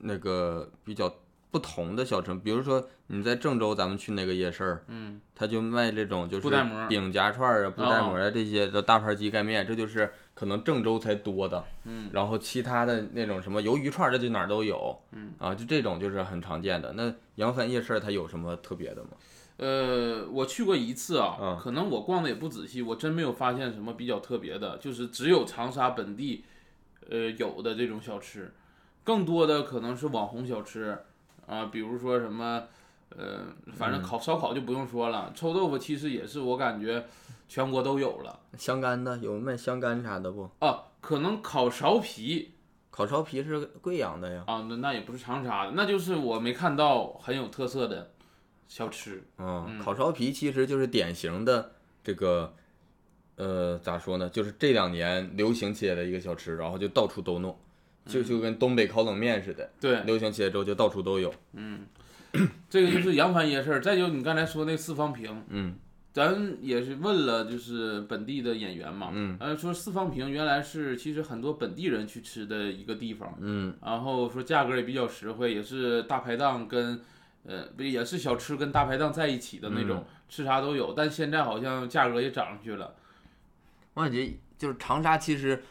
Speaker 2: 那个比较不同的小城，比如说你在郑州，咱们去那个夜市儿，
Speaker 1: 嗯，
Speaker 2: 他就卖这种就是
Speaker 1: 布袋膜哦
Speaker 2: 饼夹串儿啊、布袋膜啊这些的大盘鸡盖面，这就是可能郑州才多的。
Speaker 1: 嗯，
Speaker 2: 然后其他的那种什么鱿鱼串儿，这就哪儿都有。
Speaker 1: 嗯，
Speaker 2: 啊，就这种就是很常见的。那扬帆夜市儿它有什么特别的吗？
Speaker 1: 呃，我去过一次啊，
Speaker 2: 嗯
Speaker 1: 可能我逛的也不仔细，我真没有发现什么比较特别的，就是只有长沙本地，呃，有的这种小吃，更多的可能是网红小吃啊、比如说什么，呃，反正烤烧烤就不用说了，臭豆腐其实也是我感觉全国都有了
Speaker 2: 香干的有卖香干啥的不？
Speaker 1: 啊，可能烤苕皮
Speaker 2: 烤苕皮是贵阳的呀。
Speaker 1: 啊，那那也不是长沙的，那就是我没看到很有特色的小吃，
Speaker 2: 嗯，
Speaker 1: 嗯
Speaker 2: 烤苕皮其实就是典型的这个，呃，咋说呢？就是这两年流行起来的一个小吃，然后就到处都弄，就就跟东北烤冷面似的，
Speaker 1: 对，
Speaker 2: 流行起来之后就到处都有。
Speaker 1: 这个就是扬帆夜市，再就你刚才说那四方坪，
Speaker 2: 嗯
Speaker 1: 咱也是问了，就是本地的演员嘛，
Speaker 2: 嗯，
Speaker 1: 呃，说四方坪原来是其实很多本地人去吃的一个地方，
Speaker 2: 嗯
Speaker 1: 然后说价格也比较实惠，也是大排档跟，呃，不也是小吃跟大排档在一起的那
Speaker 2: 嗯
Speaker 1: 种，吃啥都有，但现在好像价格也涨上去了，
Speaker 2: 我感觉就是长沙，其实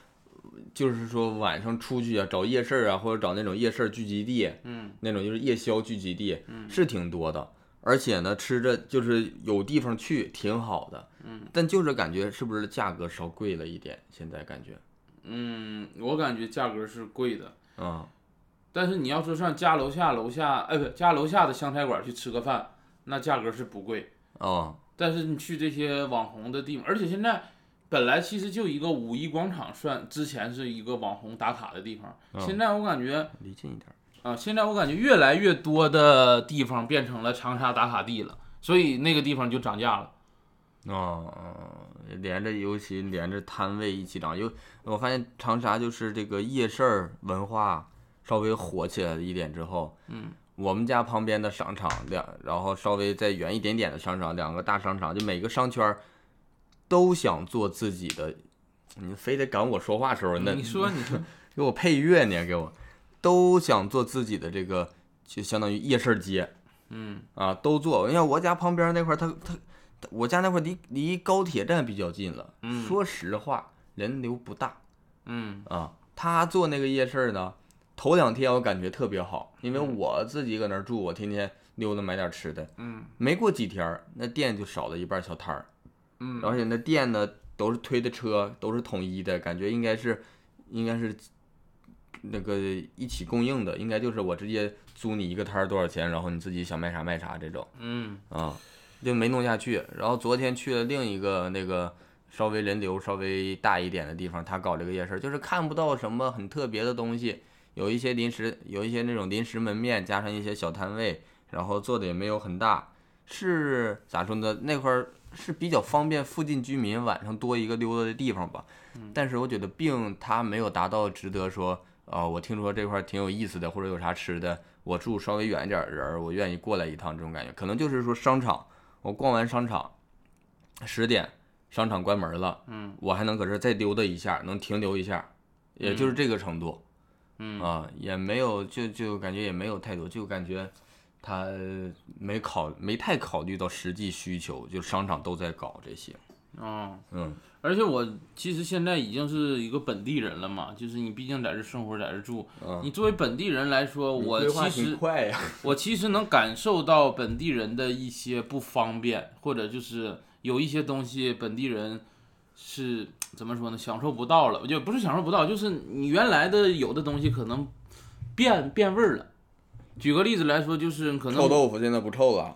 Speaker 2: 就是说晚上出去啊，找夜市啊，或者找那种夜市聚集地，
Speaker 1: 嗯，
Speaker 2: 那种就是夜宵聚集地，是挺多的。而且呢，吃着就是有地方去，挺好的。嗯，但就是感觉是不是价格稍贵了一点？现在感觉，
Speaker 1: 嗯，我感觉价格是贵的，
Speaker 2: 嗯，
Speaker 1: 但是你要说上家楼下楼下，哎不，家楼下的湘菜馆去吃个饭，那价格是不贵。
Speaker 2: 哦，
Speaker 1: 但是你去这些网红的地方，而且现在本来其实就一个五一广场算之前是一个网红打卡的地方，
Speaker 2: 嗯
Speaker 1: 现在我感觉
Speaker 2: 离近一点。
Speaker 1: 啊、现在我感觉越来越多的地方变成了长沙打卡地了，所以那个地方就涨价了。
Speaker 2: 哦，哦连着尤其连着摊位一起涨，因为我发现长沙就是这个夜市儿文化稍微火起来了一点之后，
Speaker 1: 嗯，
Speaker 2: 我们家旁边的商场两，然后稍微再远一点点的商场，两个大商场，就每个商圈儿都想做自己的，你非得赶我说话时候，那
Speaker 1: 你说，你说，
Speaker 2: 给我配乐呢，给我都想做自己的这个，就相当于夜市街，
Speaker 1: 嗯
Speaker 2: 啊，都做。你看我家旁边那块儿，他他我家那块儿离离高铁站比较近了。
Speaker 1: 嗯
Speaker 2: 说实话，人流不大
Speaker 1: 嗯
Speaker 2: 啊。他做那个夜市儿呢，头两天我感觉特别好，因为我自己搁那儿住，我天天溜达买点吃的。
Speaker 1: 嗯
Speaker 2: 没过几天儿，那店就少了一半儿小摊儿，
Speaker 1: 嗯
Speaker 2: 而且那店呢都是推的车，都是统一的，感觉应该是应该是那个一起供应的，应该就是我直接租你一个摊儿多少钱，然后你自己想卖啥卖啥这种。
Speaker 1: 嗯
Speaker 2: 啊，就没弄下去。然后昨天去了另一个那个稍微人流稍微大一点的地方，他搞这个夜市，就是看不到什么很特别的东西，有一些临时，有一些那种临时门面，加上一些小摊位，然后做的也没有很大，是咋说呢？那块儿是比较方便附近居民晚上多一个溜达的地方吧。但是我觉得并它没有达到值得说。啊、我听说这块儿挺有意思的，或者有啥吃的，我住稍微远一点儿的人儿，我愿意过来一趟，这种感觉，可能就是说商场，我逛完商场，十点商场关门了，
Speaker 1: 嗯，
Speaker 2: 我还能搁这儿再溜达一下，能停留一下，也就是这个程度，
Speaker 1: 嗯
Speaker 2: 啊，也没有就就感觉也没有太多，就感觉他没考没太考虑到实际需求，就商场都在搞这些，
Speaker 1: 哦。
Speaker 2: 嗯
Speaker 1: 而且我其实现在已经是一个本地人了嘛，就是你毕竟在这生活，在这住，
Speaker 2: 嗯，
Speaker 1: 你作为本地人来说，我
Speaker 2: 规划
Speaker 1: 其
Speaker 2: 挺
Speaker 1: 实
Speaker 2: 快呀，
Speaker 1: 我其实能感受到本地人的一些不方便，或者就是有一些东西本地人是怎么说呢，享受不到了，也不是享受不到，就是你原来的有的东西可能变变味儿了。举个例子来说，就是 可
Speaker 2: 臭
Speaker 1: 能
Speaker 2: 豆腐现在不臭了，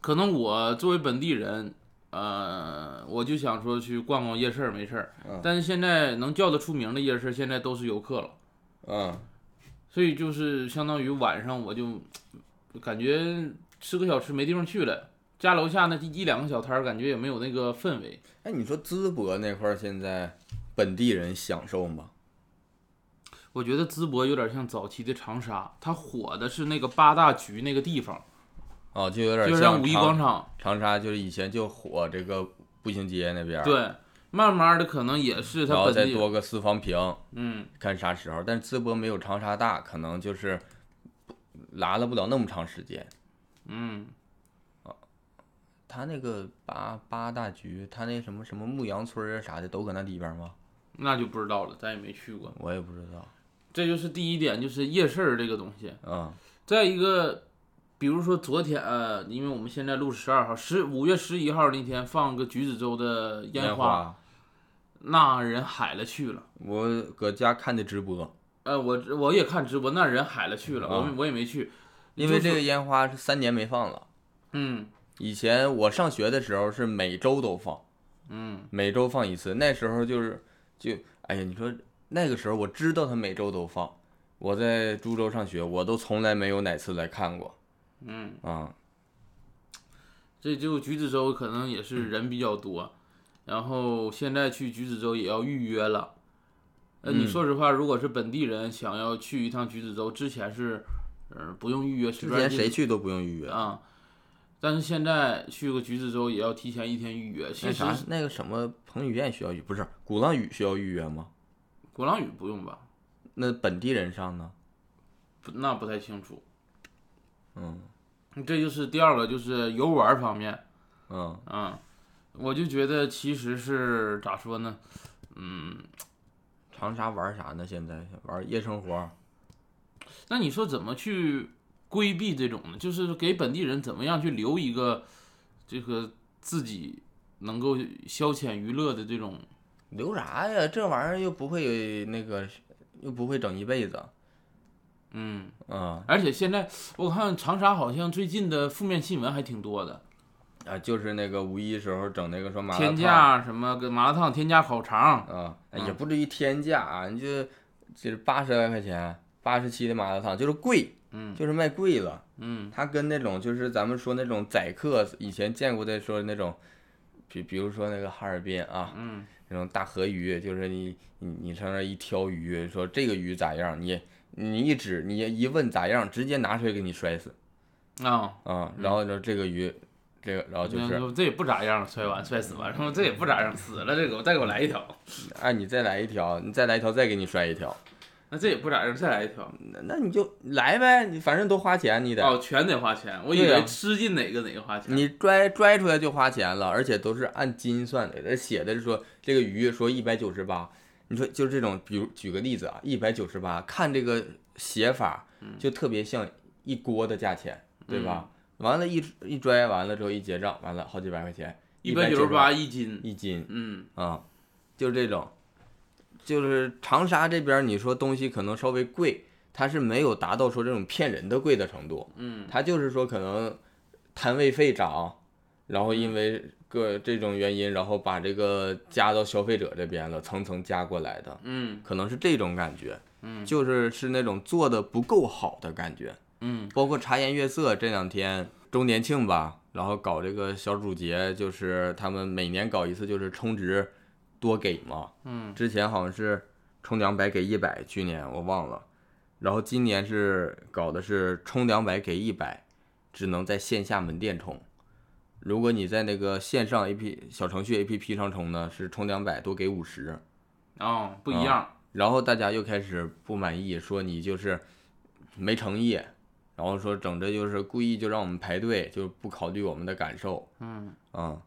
Speaker 1: 可能我作为本地人，呃，我就想说去逛逛夜市儿没事儿
Speaker 2: 嗯，
Speaker 1: 但是现在能叫得出名的夜市儿现在都是游客了。
Speaker 2: 嗯
Speaker 1: 所以就是相当于晚上我就感觉吃个小吃没地方去了，家楼下那一两个小摊儿感觉也没有那个氛围。
Speaker 2: 哎，你说淄博那块儿现在本地人享受吗？
Speaker 1: 我觉得淄博有点像早期的长沙，它火的是那个八大局那个地方，
Speaker 2: 哦，就有点
Speaker 1: 就
Speaker 2: 像
Speaker 1: 像五一
Speaker 2: 长
Speaker 1: 广场。
Speaker 2: 长沙，就是以前就火这个步行街那边，，
Speaker 1: 对，慢慢的可能也是
Speaker 2: 然
Speaker 1: 它
Speaker 2: 后
Speaker 1: 本
Speaker 2: 再
Speaker 1: 地，
Speaker 2: 多个四方坪，
Speaker 1: 嗯
Speaker 2: 看啥时候。但淄博没有长沙大，可能就是拉了不了那么长时间。
Speaker 1: 嗯，
Speaker 2: 他那个八八大局，他那什么什么牧羊村儿啊啥的都搁那里边吗？
Speaker 1: 那就不知道了，咱也没去过。
Speaker 2: 我也不知道。
Speaker 1: 这就是第一点，就是夜市儿这个东西。
Speaker 2: 嗯
Speaker 1: 再一个，比如说昨天，呃，因为我们现在录十二号，十五月十一号那天放个橘子洲的烟
Speaker 2: 烟
Speaker 1: 花，，那人海了去了。
Speaker 2: 我搁家看的直播，
Speaker 1: 呃，我我也看直播，那人海了去了，
Speaker 2: 啊
Speaker 1: 我我也没去，
Speaker 2: 因为
Speaker 1: 就是
Speaker 2: 这个烟花是三年没放了。
Speaker 1: 嗯
Speaker 2: 以前我上学的时候是每周都放，
Speaker 1: 嗯，
Speaker 2: 每周放一次。那时候就是就哎呀，你说那个时候我知道他每周都放，我在株洲上学，我都从来没有哪次来看过。
Speaker 1: 嗯
Speaker 2: 啊、
Speaker 1: 这就橘子洲可能也
Speaker 2: 嗯
Speaker 1: 是人比较多，然后现在去橘子洲也要预约了。呃，你
Speaker 2: 嗯
Speaker 1: 说实话，如果是本地人想要去一趟橘子洲，之前是，呃，不用预约，
Speaker 2: 之
Speaker 1: 之
Speaker 2: 前谁去都不用预约。
Speaker 1: 啊、但是现在去个橘子洲也要提前一天预约。其
Speaker 2: 那
Speaker 1: 实
Speaker 2: 啥，那个什么彭于晏需要预，不是鼓浪屿需要预约吗？
Speaker 1: 鼓浪屿不用吧？
Speaker 2: 那本地人上呢？
Speaker 1: 不，那不太清楚。
Speaker 2: 嗯
Speaker 1: 这就是第二个，就是游玩方面。
Speaker 2: 嗯，
Speaker 1: 啊，我就觉得其实是咋说呢，嗯，
Speaker 2: 长沙玩啥呢？现在玩夜生活。
Speaker 1: 那你说怎么去规避这种呢？就是给本地人怎么样去留一个这个自己能够消遣娱乐的这种，
Speaker 2: 留啥呀？这玩意儿又不会那个，又不会整一辈子。
Speaker 1: 嗯，
Speaker 2: 嗯
Speaker 1: 而且现在我看长沙好像最近的负面新闻还挺多的，
Speaker 2: 啊，就是那个五一时候整那个说麻辣烫
Speaker 1: 天价什么跟麻辣烫天价烤肠，
Speaker 2: 啊，哎
Speaker 1: 嗯
Speaker 2: 也不至于天价啊，你就就是八十来块钱，八十七的麻辣烫就是贵，
Speaker 1: 嗯
Speaker 2: 就是卖贵了。
Speaker 1: 嗯
Speaker 2: 它跟那种就是咱们说那种宰客以前见过的说那种，比比如说那个哈尔滨啊，
Speaker 1: 嗯
Speaker 2: 那种大河鱼，就是你你你上那儿一挑鱼，说这个鱼咋样，你你一指你一问咋样，直接拿水给你摔死
Speaker 1: 啊。
Speaker 2: 啊，然后就这个鱼，这个然后哦就是嗯
Speaker 1: 这也不咋样，摔完摔死完，然后这也不咋样，死了这个，再给我来一条，
Speaker 2: 哎你再来一条，你再来一条再给你摔一条，
Speaker 1: 那这也不咋样，再来一条，
Speaker 2: 那那你就来呗，你反正都花钱，你得、
Speaker 1: 哦，全得花钱，我以
Speaker 2: 对呀啊
Speaker 1: 为吃进哪个哪个花钱。
Speaker 2: 你拽拽出来就花钱了，而且都是按斤算的，它写的是说这个鱼说一百九十八，你说就是这种，比如举个例子啊，一百九十八，看这个写法就特别像一锅的价钱，对吧？完了一，一拽完了之后一结账，完了好几百块钱，
Speaker 1: 一
Speaker 2: 百
Speaker 1: 百九
Speaker 2: 十
Speaker 1: 十八一斤，
Speaker 2: 一斤
Speaker 1: 嗯，
Speaker 2: 啊、就是这种，就是长沙这边你说东西可能稍微贵，它是没有达到说这种骗人的贵的程度，
Speaker 1: 嗯，
Speaker 2: 它就是说可能摊位费涨，然后因为各这种原因，然后把这个加到消费者这边了，层层加过来的，
Speaker 1: 嗯
Speaker 2: 可能是这种感觉，
Speaker 1: 嗯
Speaker 2: 就是是那种做的不够好的感觉，
Speaker 1: 嗯
Speaker 2: 包括茶颜悦色这两天周年庆吧，然后搞这个小主节，就是他们每年搞一次，就是充值多给嘛，
Speaker 1: 嗯
Speaker 2: 之前好像是充两百给一百，去年我忘了，然后今年是搞的是充两百给一百，只能在线下门店充。如果你在那个线上 A P 小程序 A P P 上充呢，是充两百多给五十，
Speaker 1: 哦，
Speaker 2: 啊
Speaker 1: 不一样，
Speaker 2: 然后大家又开始不满意，说你就是没诚意，然后说整这就是故意就让我们排队，就不考虑我们的感受
Speaker 1: 嗯，
Speaker 2: 啊、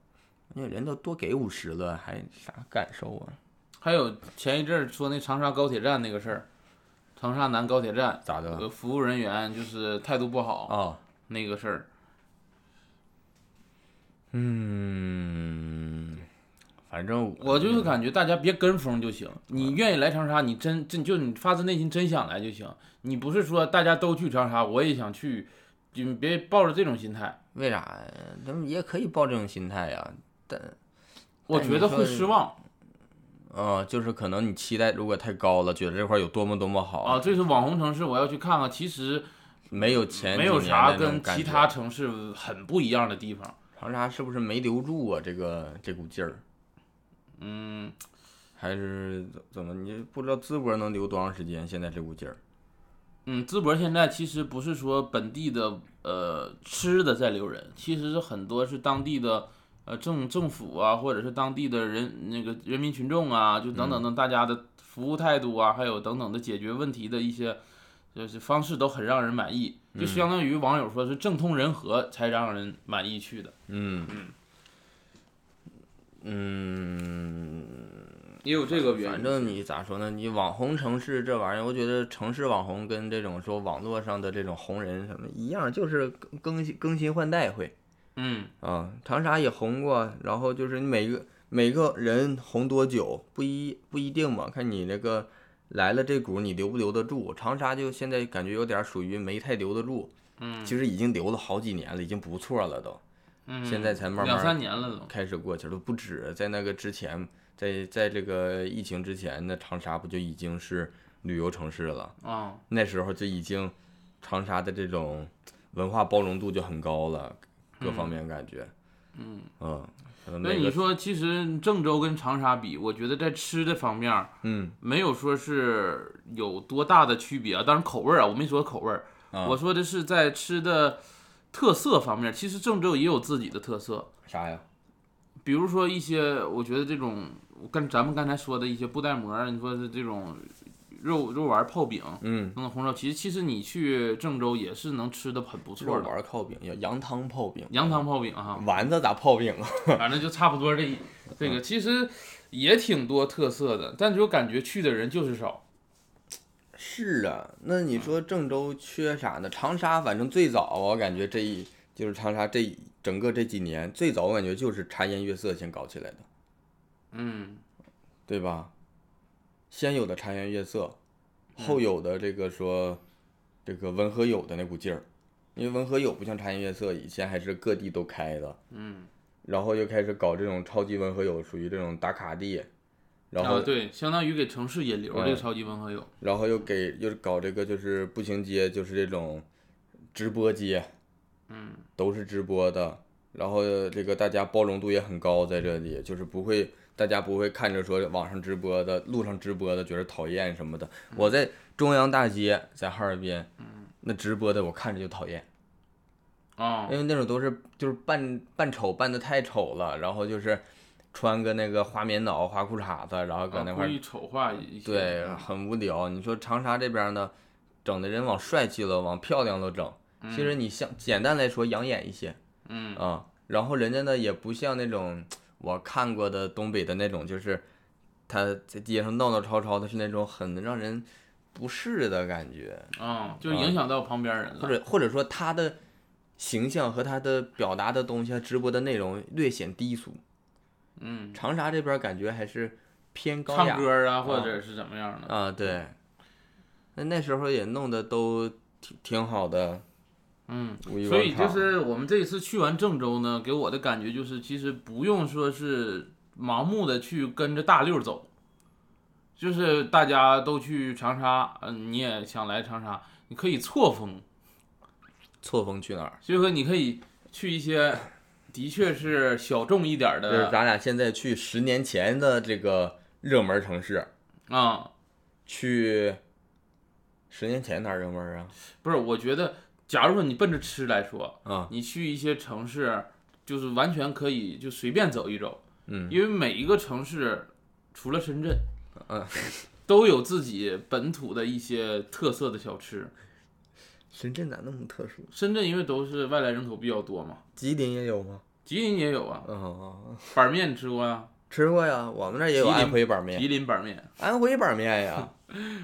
Speaker 2: 因为人都多给五十了，还啥感受啊？
Speaker 1: 还有前一阵儿说那长沙高铁站那个事儿，长沙南高铁站
Speaker 2: 咋的
Speaker 1: 有
Speaker 2: 了？
Speaker 1: 个服务人员就是态度不好、
Speaker 2: 啊？
Speaker 1: 那个事儿，
Speaker 2: 嗯，反正
Speaker 1: 我就是感觉大家别跟风就
Speaker 2: 啊
Speaker 1: 行，你愿意来长沙，你真真就你发自内心真想来就行，你不是说大家都去长沙，我也想去，你别抱着这种心态，
Speaker 2: 为啥呀？咱们也可以抱这种心态呀，但
Speaker 1: 我
Speaker 2: 但
Speaker 1: 觉
Speaker 2: 哎你
Speaker 1: 得
Speaker 2: 说
Speaker 1: 会失望
Speaker 2: 呃，就是可能你期待如果太高了，觉得这块有多么多么好，
Speaker 1: 啊，这是网红城市，我要去看看，其实。
Speaker 2: 没有前
Speaker 1: 没
Speaker 2: 几
Speaker 1: 有
Speaker 2: 年
Speaker 1: 啥
Speaker 2: 的那种
Speaker 1: 跟
Speaker 2: 感
Speaker 1: 其
Speaker 2: 觉
Speaker 1: 他城市很不一样的地方。
Speaker 2: 长沙是不是没留住啊？这个这股劲儿，
Speaker 1: 嗯，
Speaker 2: 还是怎怎么？你不知道淄博能留多长时间？现在这股劲儿，
Speaker 1: 嗯，淄博现在其实不是说本地的呃吃的在留人，其实是很多是当地的呃政政府啊，或者是当地的人那个人民群
Speaker 2: 嗯
Speaker 1: 众啊，就等等等大家的服务态度啊，还有等等的解决问题的一些就是方式都很让人满意，
Speaker 2: 嗯
Speaker 1: 就相当于网友说是政通人和才让人满意去的。
Speaker 2: 嗯嗯，
Speaker 1: 也有这个
Speaker 2: 反正你咋说呢？你网红城市这玩意儿，我觉得城市网红跟这种说网络上的这种红人什么一样，就是更更新更新换代会
Speaker 1: 嗯，
Speaker 2: 啊。长沙也红过，然后就是你每个每个人红多久不一不一定嘛，看你那个来了这股你留不留得住。长沙就现在感觉有点属于没太留得住，
Speaker 1: 嗯，
Speaker 2: 其实已经留了好几年了，已经不错了都。
Speaker 1: 嗯
Speaker 2: 现在才慢慢
Speaker 1: 两三年了都。
Speaker 2: 开始过去了，都不止在那个之前，在在这个疫情之前，那长沙不就已经是旅游城市了？
Speaker 1: 啊、
Speaker 2: 那时候就已经长沙的这种文化包容度就很高了，各方面感觉，
Speaker 1: 嗯
Speaker 2: 嗯，可能
Speaker 1: 那
Speaker 2: 那
Speaker 1: 你
Speaker 2: 个
Speaker 1: 说，其实郑州跟长沙比，我觉得在吃的方面儿
Speaker 2: 嗯，
Speaker 1: 没有说是有多大的区别啊。当然口味儿啊，我没说口味儿，
Speaker 2: 啊
Speaker 1: 我说的是在吃的特色方面儿。其实郑州也有自己的特色，
Speaker 2: 啥呀？
Speaker 1: 比如说一些，我觉得这种我跟咱们刚才说的一些布袋馍儿，你说是这种肉肉丸儿泡饼
Speaker 2: 嗯，
Speaker 1: 等等红烧，其实其实你去郑州也是能吃的很不
Speaker 2: 肉
Speaker 1: 错的。
Speaker 2: 丸泡饼，要羊汤泡饼，，
Speaker 1: 羊汤泡饼啊哈
Speaker 2: 丸子咋泡饼啊？
Speaker 1: 反正就差不多这一这个，其实也挺多特色的，但就感觉去的人就是少。
Speaker 2: 是啊，那你说郑州缺啥呢？长沙反正最早啊我感觉这一就是长沙这一整个这几年最早我感觉就是茶颜悦色先搞起来的，
Speaker 1: 嗯
Speaker 2: 对吧？先有的茶颜悦色，后有的这个说这个文和友的那股劲儿，因为文和友不像茶颜悦色以前还是各地都开的，
Speaker 1: 嗯，
Speaker 2: 然后又开始搞这种超级文和友，属于这种打卡地，然后
Speaker 1: 啊对，相当于给城市引流
Speaker 2: 嗯
Speaker 1: 这个超级文和友。
Speaker 2: 然后又给又搞这个就是步行街，就是这种直播街，
Speaker 1: 嗯，
Speaker 2: 都是直播的。然后这个大家包容度也很高，在这里就是不会大家不会看着说网上直播的、路上直播的觉得讨厌什么的。
Speaker 1: 嗯
Speaker 2: 我在中央大街，在哈尔滨，那直播的我看着就讨厌，
Speaker 1: 啊、
Speaker 2: 因为那种都是就是扮扮丑扮的太丑了，然后就是穿个那个花棉袄、花裤衩子，然后搁那
Speaker 1: 啊
Speaker 2: 块
Speaker 1: 故
Speaker 2: 儿
Speaker 1: 意丑化一些。
Speaker 2: 对，啊很无聊。你说长沙这边呢，整的人往帅气了，往漂亮了整。
Speaker 1: 嗯
Speaker 2: 其实你像简单来说，养眼一些
Speaker 1: 嗯
Speaker 2: 啊。然后人家呢，也不像那种我看过的东北的那种，就是他在街上闹闹吵吵的，是那种很让人不适的感觉，
Speaker 1: 啊、就影响到旁边人了。
Speaker 2: 或者或者说他的形象和他的表达的东西、他直播的内容略显低俗。
Speaker 1: 嗯，
Speaker 2: 长沙这边感觉还是偏高雅
Speaker 1: 唱歌啊，或者是怎么样的。
Speaker 2: 啊，对，那那时候也弄得都挺挺好的，
Speaker 1: 嗯，
Speaker 2: 五一
Speaker 1: 所以就
Speaker 2: 广场
Speaker 1: 是我们这一次去完郑州呢，给我的感觉就是，其实不用说是盲目的去跟着大溜走，就是大家都去长沙，嗯、你也想来长沙，你可以错峰，
Speaker 2: 错峰去哪儿？
Speaker 1: 所以说你可以去一些的确是小众一点
Speaker 2: 就是
Speaker 1: 的
Speaker 2: 咱俩现在去十年前的这个热门城市，
Speaker 1: 啊、
Speaker 2: 去十年前哪儿热门啊？
Speaker 1: 不是，我觉得，假如说你奔着吃来说，
Speaker 2: 啊，
Speaker 1: 你去一些城市，就是完全可以就随便走一走，
Speaker 2: 嗯，
Speaker 1: 因为每一个城市，除了深圳，
Speaker 2: 嗯，
Speaker 1: 都有自己本土的一些特色的小吃。
Speaker 2: 深圳咋那么特殊？
Speaker 1: 深圳因为都是外来人口比较多嘛，
Speaker 2: 吉林也有吗？
Speaker 1: 吉林也有啊，
Speaker 2: 嗯，
Speaker 1: 板面你吃过呀、
Speaker 2: 吃过呀，我们那儿也有
Speaker 1: 吉林
Speaker 2: 安徽板面，
Speaker 1: 吉林板面，
Speaker 2: 安徽板面呀，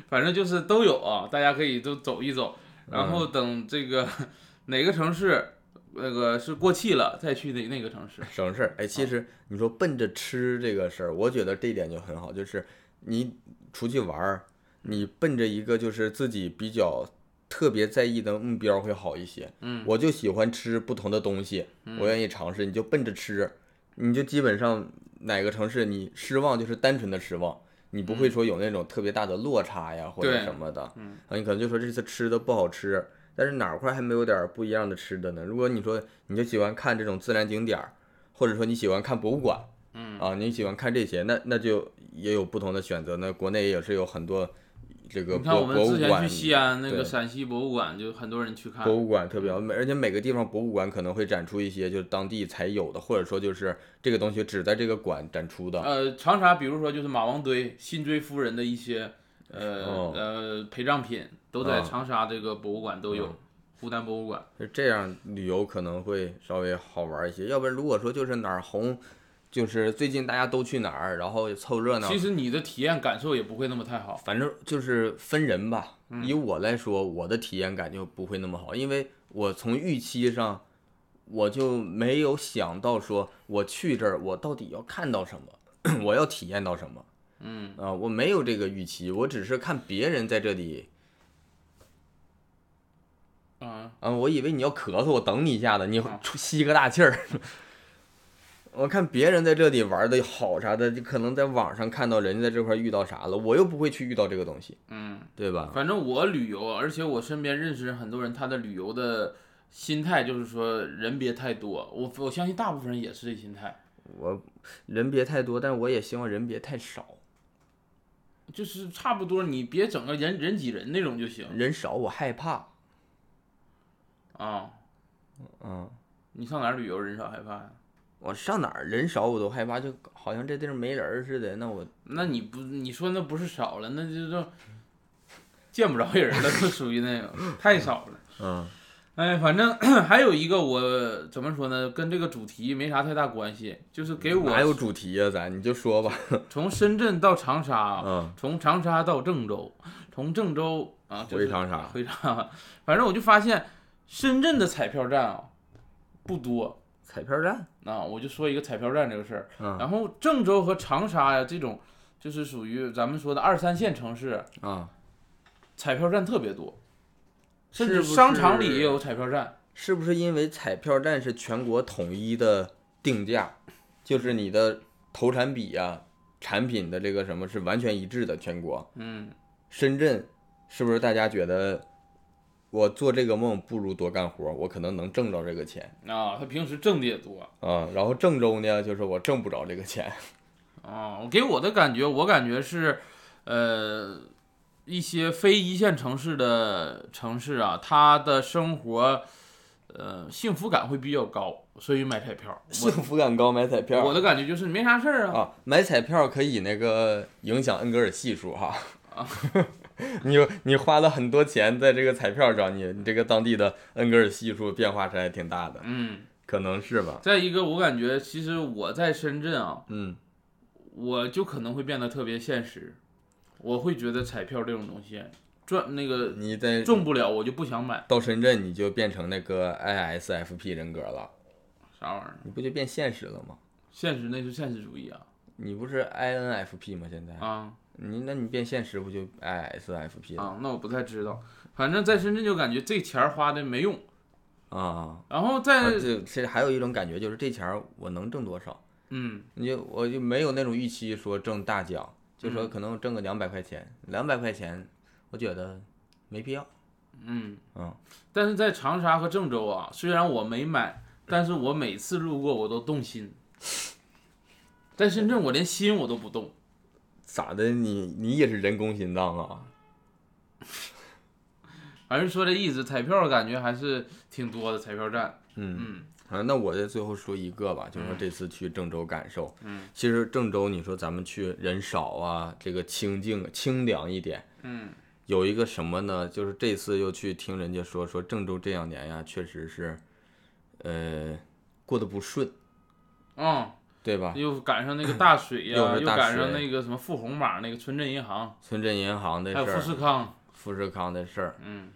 Speaker 1: 反正就是都有啊，大家可以都走一走，
Speaker 2: 嗯
Speaker 1: 然后等这个 哪个城市那个是过气了，再去哪那个城市。
Speaker 2: 省事儿。哎，
Speaker 1: 啊
Speaker 2: 其实你说奔着吃这个事儿，我觉得这一点就很好，就是你出去玩儿，你奔着一个就是自己比较特别在意的目标会好一些。
Speaker 1: 嗯
Speaker 2: 我就喜欢吃不同的东西，我愿意尝试，你就奔着吃，你就基本上哪个城市你失望就是单纯的失望。你不会说有那种特别大的落差呀，或者
Speaker 1: 嗯对
Speaker 2: 什么的，
Speaker 1: 嗯
Speaker 2: 啊，你可能就说这次吃的不好吃，但是哪块还没有点儿不一样的吃的呢？如果你说你就喜欢看这种自然景点儿，或者说你喜欢看博物馆，
Speaker 1: 嗯
Speaker 2: 啊，你喜欢看这些，那那就也有不同的选择。那国内也是有很多这个
Speaker 1: 你看
Speaker 2: 博
Speaker 1: 我们
Speaker 2: 博
Speaker 1: 之
Speaker 2: 物
Speaker 1: 前去
Speaker 2: 馆，
Speaker 1: 西安那个
Speaker 2: 对
Speaker 1: 陕西博物馆，就很多人去看
Speaker 2: 博。物馆特别好，每而且每个地方博物馆可能会展出一些就是当地才有的，或者说就是这个东西只在这个馆展出的。
Speaker 1: 呃，长沙比如说就是马王堆、辛追夫人的一些呃、
Speaker 2: 哦
Speaker 1: 呃陪葬品都在
Speaker 2: 啊
Speaker 1: 长沙这个博物馆都有，
Speaker 2: 嗯
Speaker 1: 湖南博物馆。
Speaker 2: 就这样旅游可能会稍微好玩一些。要不然如果说就是哪儿红，就是最近大家都去哪儿，然后凑热闹
Speaker 1: 其，实你的体验感受也不会那么太好。
Speaker 2: 反正就是分人吧。以我来说，我的体验感就不会那么好，因为我从预期上，我就没有想到说我去这儿，我到底要看到什么， 我要体验到什么。嗯啊、我没有这个预期，我只是看别人在这里。
Speaker 1: 嗯，
Speaker 2: 啊、我以为你要咳嗽，我等你一下子，你
Speaker 1: 啊
Speaker 2: 出吸个大气儿。 我看别人在这里玩的好啥的，就可能在网上看到人家在这块儿遇到啥了，我又不会去遇到这个东西，
Speaker 1: 嗯，
Speaker 2: 对吧？
Speaker 1: 反正我旅游，而且我身边认识很多人，他的旅游的心态就是说人别太多。我我相信大部分人也是这心态，
Speaker 2: 我人别太多，但我也希望人别太少，
Speaker 1: 就是差不多你别整个人人挤人那种就行
Speaker 2: 人少我害怕。
Speaker 1: 啊。
Speaker 2: 嗯，
Speaker 1: 你上哪儿旅游人少害怕呀？
Speaker 2: 我上哪儿人少我都害怕，就好像这地儿没人儿似的。那我
Speaker 1: 那你不你说那不是少了，那就是说见不着人了，就属于那种太少了。
Speaker 2: 嗯
Speaker 1: 哎，反正 还有一个我怎么说呢，跟这个主题没啥太大关系，就是给我
Speaker 2: 哪嗯有主题呀、咱你就说吧。
Speaker 1: 从深圳到长沙啊，
Speaker 2: 嗯
Speaker 1: 从长沙到郑州，从郑州啊就是
Speaker 2: 回长沙
Speaker 1: 回长沙，反正我就发现深圳的彩票站啊不多
Speaker 2: 彩票站，
Speaker 1: 啊，我就说一个彩票站这个事儿。
Speaker 2: 嗯
Speaker 1: 然后郑州和长沙呀、这种，就是属于咱们说的二三线城市，
Speaker 2: 啊，
Speaker 1: 彩票站特别多，甚
Speaker 2: 是
Speaker 1: 至
Speaker 2: 不
Speaker 1: 商场里
Speaker 2: 是
Speaker 1: 也有彩票站。
Speaker 2: 是不是因为彩票站是全国统一的定价，就是你的投产比呀、产品的这个什么是完全一致的？全国
Speaker 1: 嗯，
Speaker 2: 深圳是不是大家觉得我做这个梦不如多干活，我可能能挣着这个钱
Speaker 1: 啊，他平时挣的也多
Speaker 2: 啊？然后郑州呢，就是我挣不着这个钱，
Speaker 1: 啊。我给我的感觉，我感觉是，呃，一些非一线城市的城市啊，他的生活，呃，幸福感会比较高，所以买彩票。
Speaker 2: 幸福感高买彩
Speaker 1: 我我
Speaker 2: 票。
Speaker 1: 的感觉就是没啥事儿啊。
Speaker 2: 啊，买彩票可以那个影响恩格尔系数哈。
Speaker 1: 啊
Speaker 2: 你你花了很多钱在这个彩票上，你你这个当地的恩格尔系数变化是还挺大的。
Speaker 1: 嗯，
Speaker 2: 可能是吧。
Speaker 1: 再一个，我感觉其实我在深圳啊，
Speaker 2: 嗯，
Speaker 1: 我就可能会变得特别现实，我会觉得彩票这种东西赚那个
Speaker 2: 你在
Speaker 1: 中不了，我就不想买
Speaker 2: 到深圳，你就变成那个 ISFP 人格了，
Speaker 1: 啥玩意儿。
Speaker 2: 你不就变现实了吗？
Speaker 1: 现实那是现实主义啊
Speaker 2: 你不是 INFP 吗？现在
Speaker 1: 啊
Speaker 2: 你那你变现实不就 ISFP 了
Speaker 1: 啊！那我不太知道，反正在深圳就感觉这钱儿花的没用。
Speaker 2: 啊？
Speaker 1: 然后在
Speaker 2: 啊这其实还有一种感觉就是这钱儿我能挣多少，
Speaker 1: 嗯
Speaker 2: 你就我就没有那种预期说挣大奖，就说可能挣个两百块钱，两百块钱我觉得没必要。
Speaker 1: 嗯
Speaker 2: 嗯，
Speaker 1: 但是在长沙和郑州啊，虽然我没买，但是我每次路过我都动心。在深圳我连心我都不动，
Speaker 2: 咋的你你也是人工心脏啊？
Speaker 1: 还是说这意思，彩票感觉还是挺多的，彩票站。
Speaker 2: 嗯
Speaker 1: 嗯
Speaker 2: 啊，那我就最后说一个吧，就是说这次去郑州感受，
Speaker 1: 嗯，
Speaker 2: 其实郑州你说咱们去人少啊，这个清静清凉一点，
Speaker 1: 嗯
Speaker 2: 有一个什么呢？就是这次又去听人家说说郑州这两年呀，确实是，呃，过得不顺，
Speaker 1: 嗯，
Speaker 2: 对吧？
Speaker 1: 又赶上那个大水呀、
Speaker 2: 又是
Speaker 1: 又
Speaker 2: 大
Speaker 1: 赶上
Speaker 2: 水
Speaker 1: 那个什么富红码那个村镇银行，
Speaker 2: 村镇银行的
Speaker 1: 还有
Speaker 2: 事
Speaker 1: 富
Speaker 2: 儿，
Speaker 1: 士康，
Speaker 2: 富士康的事儿，
Speaker 1: 嗯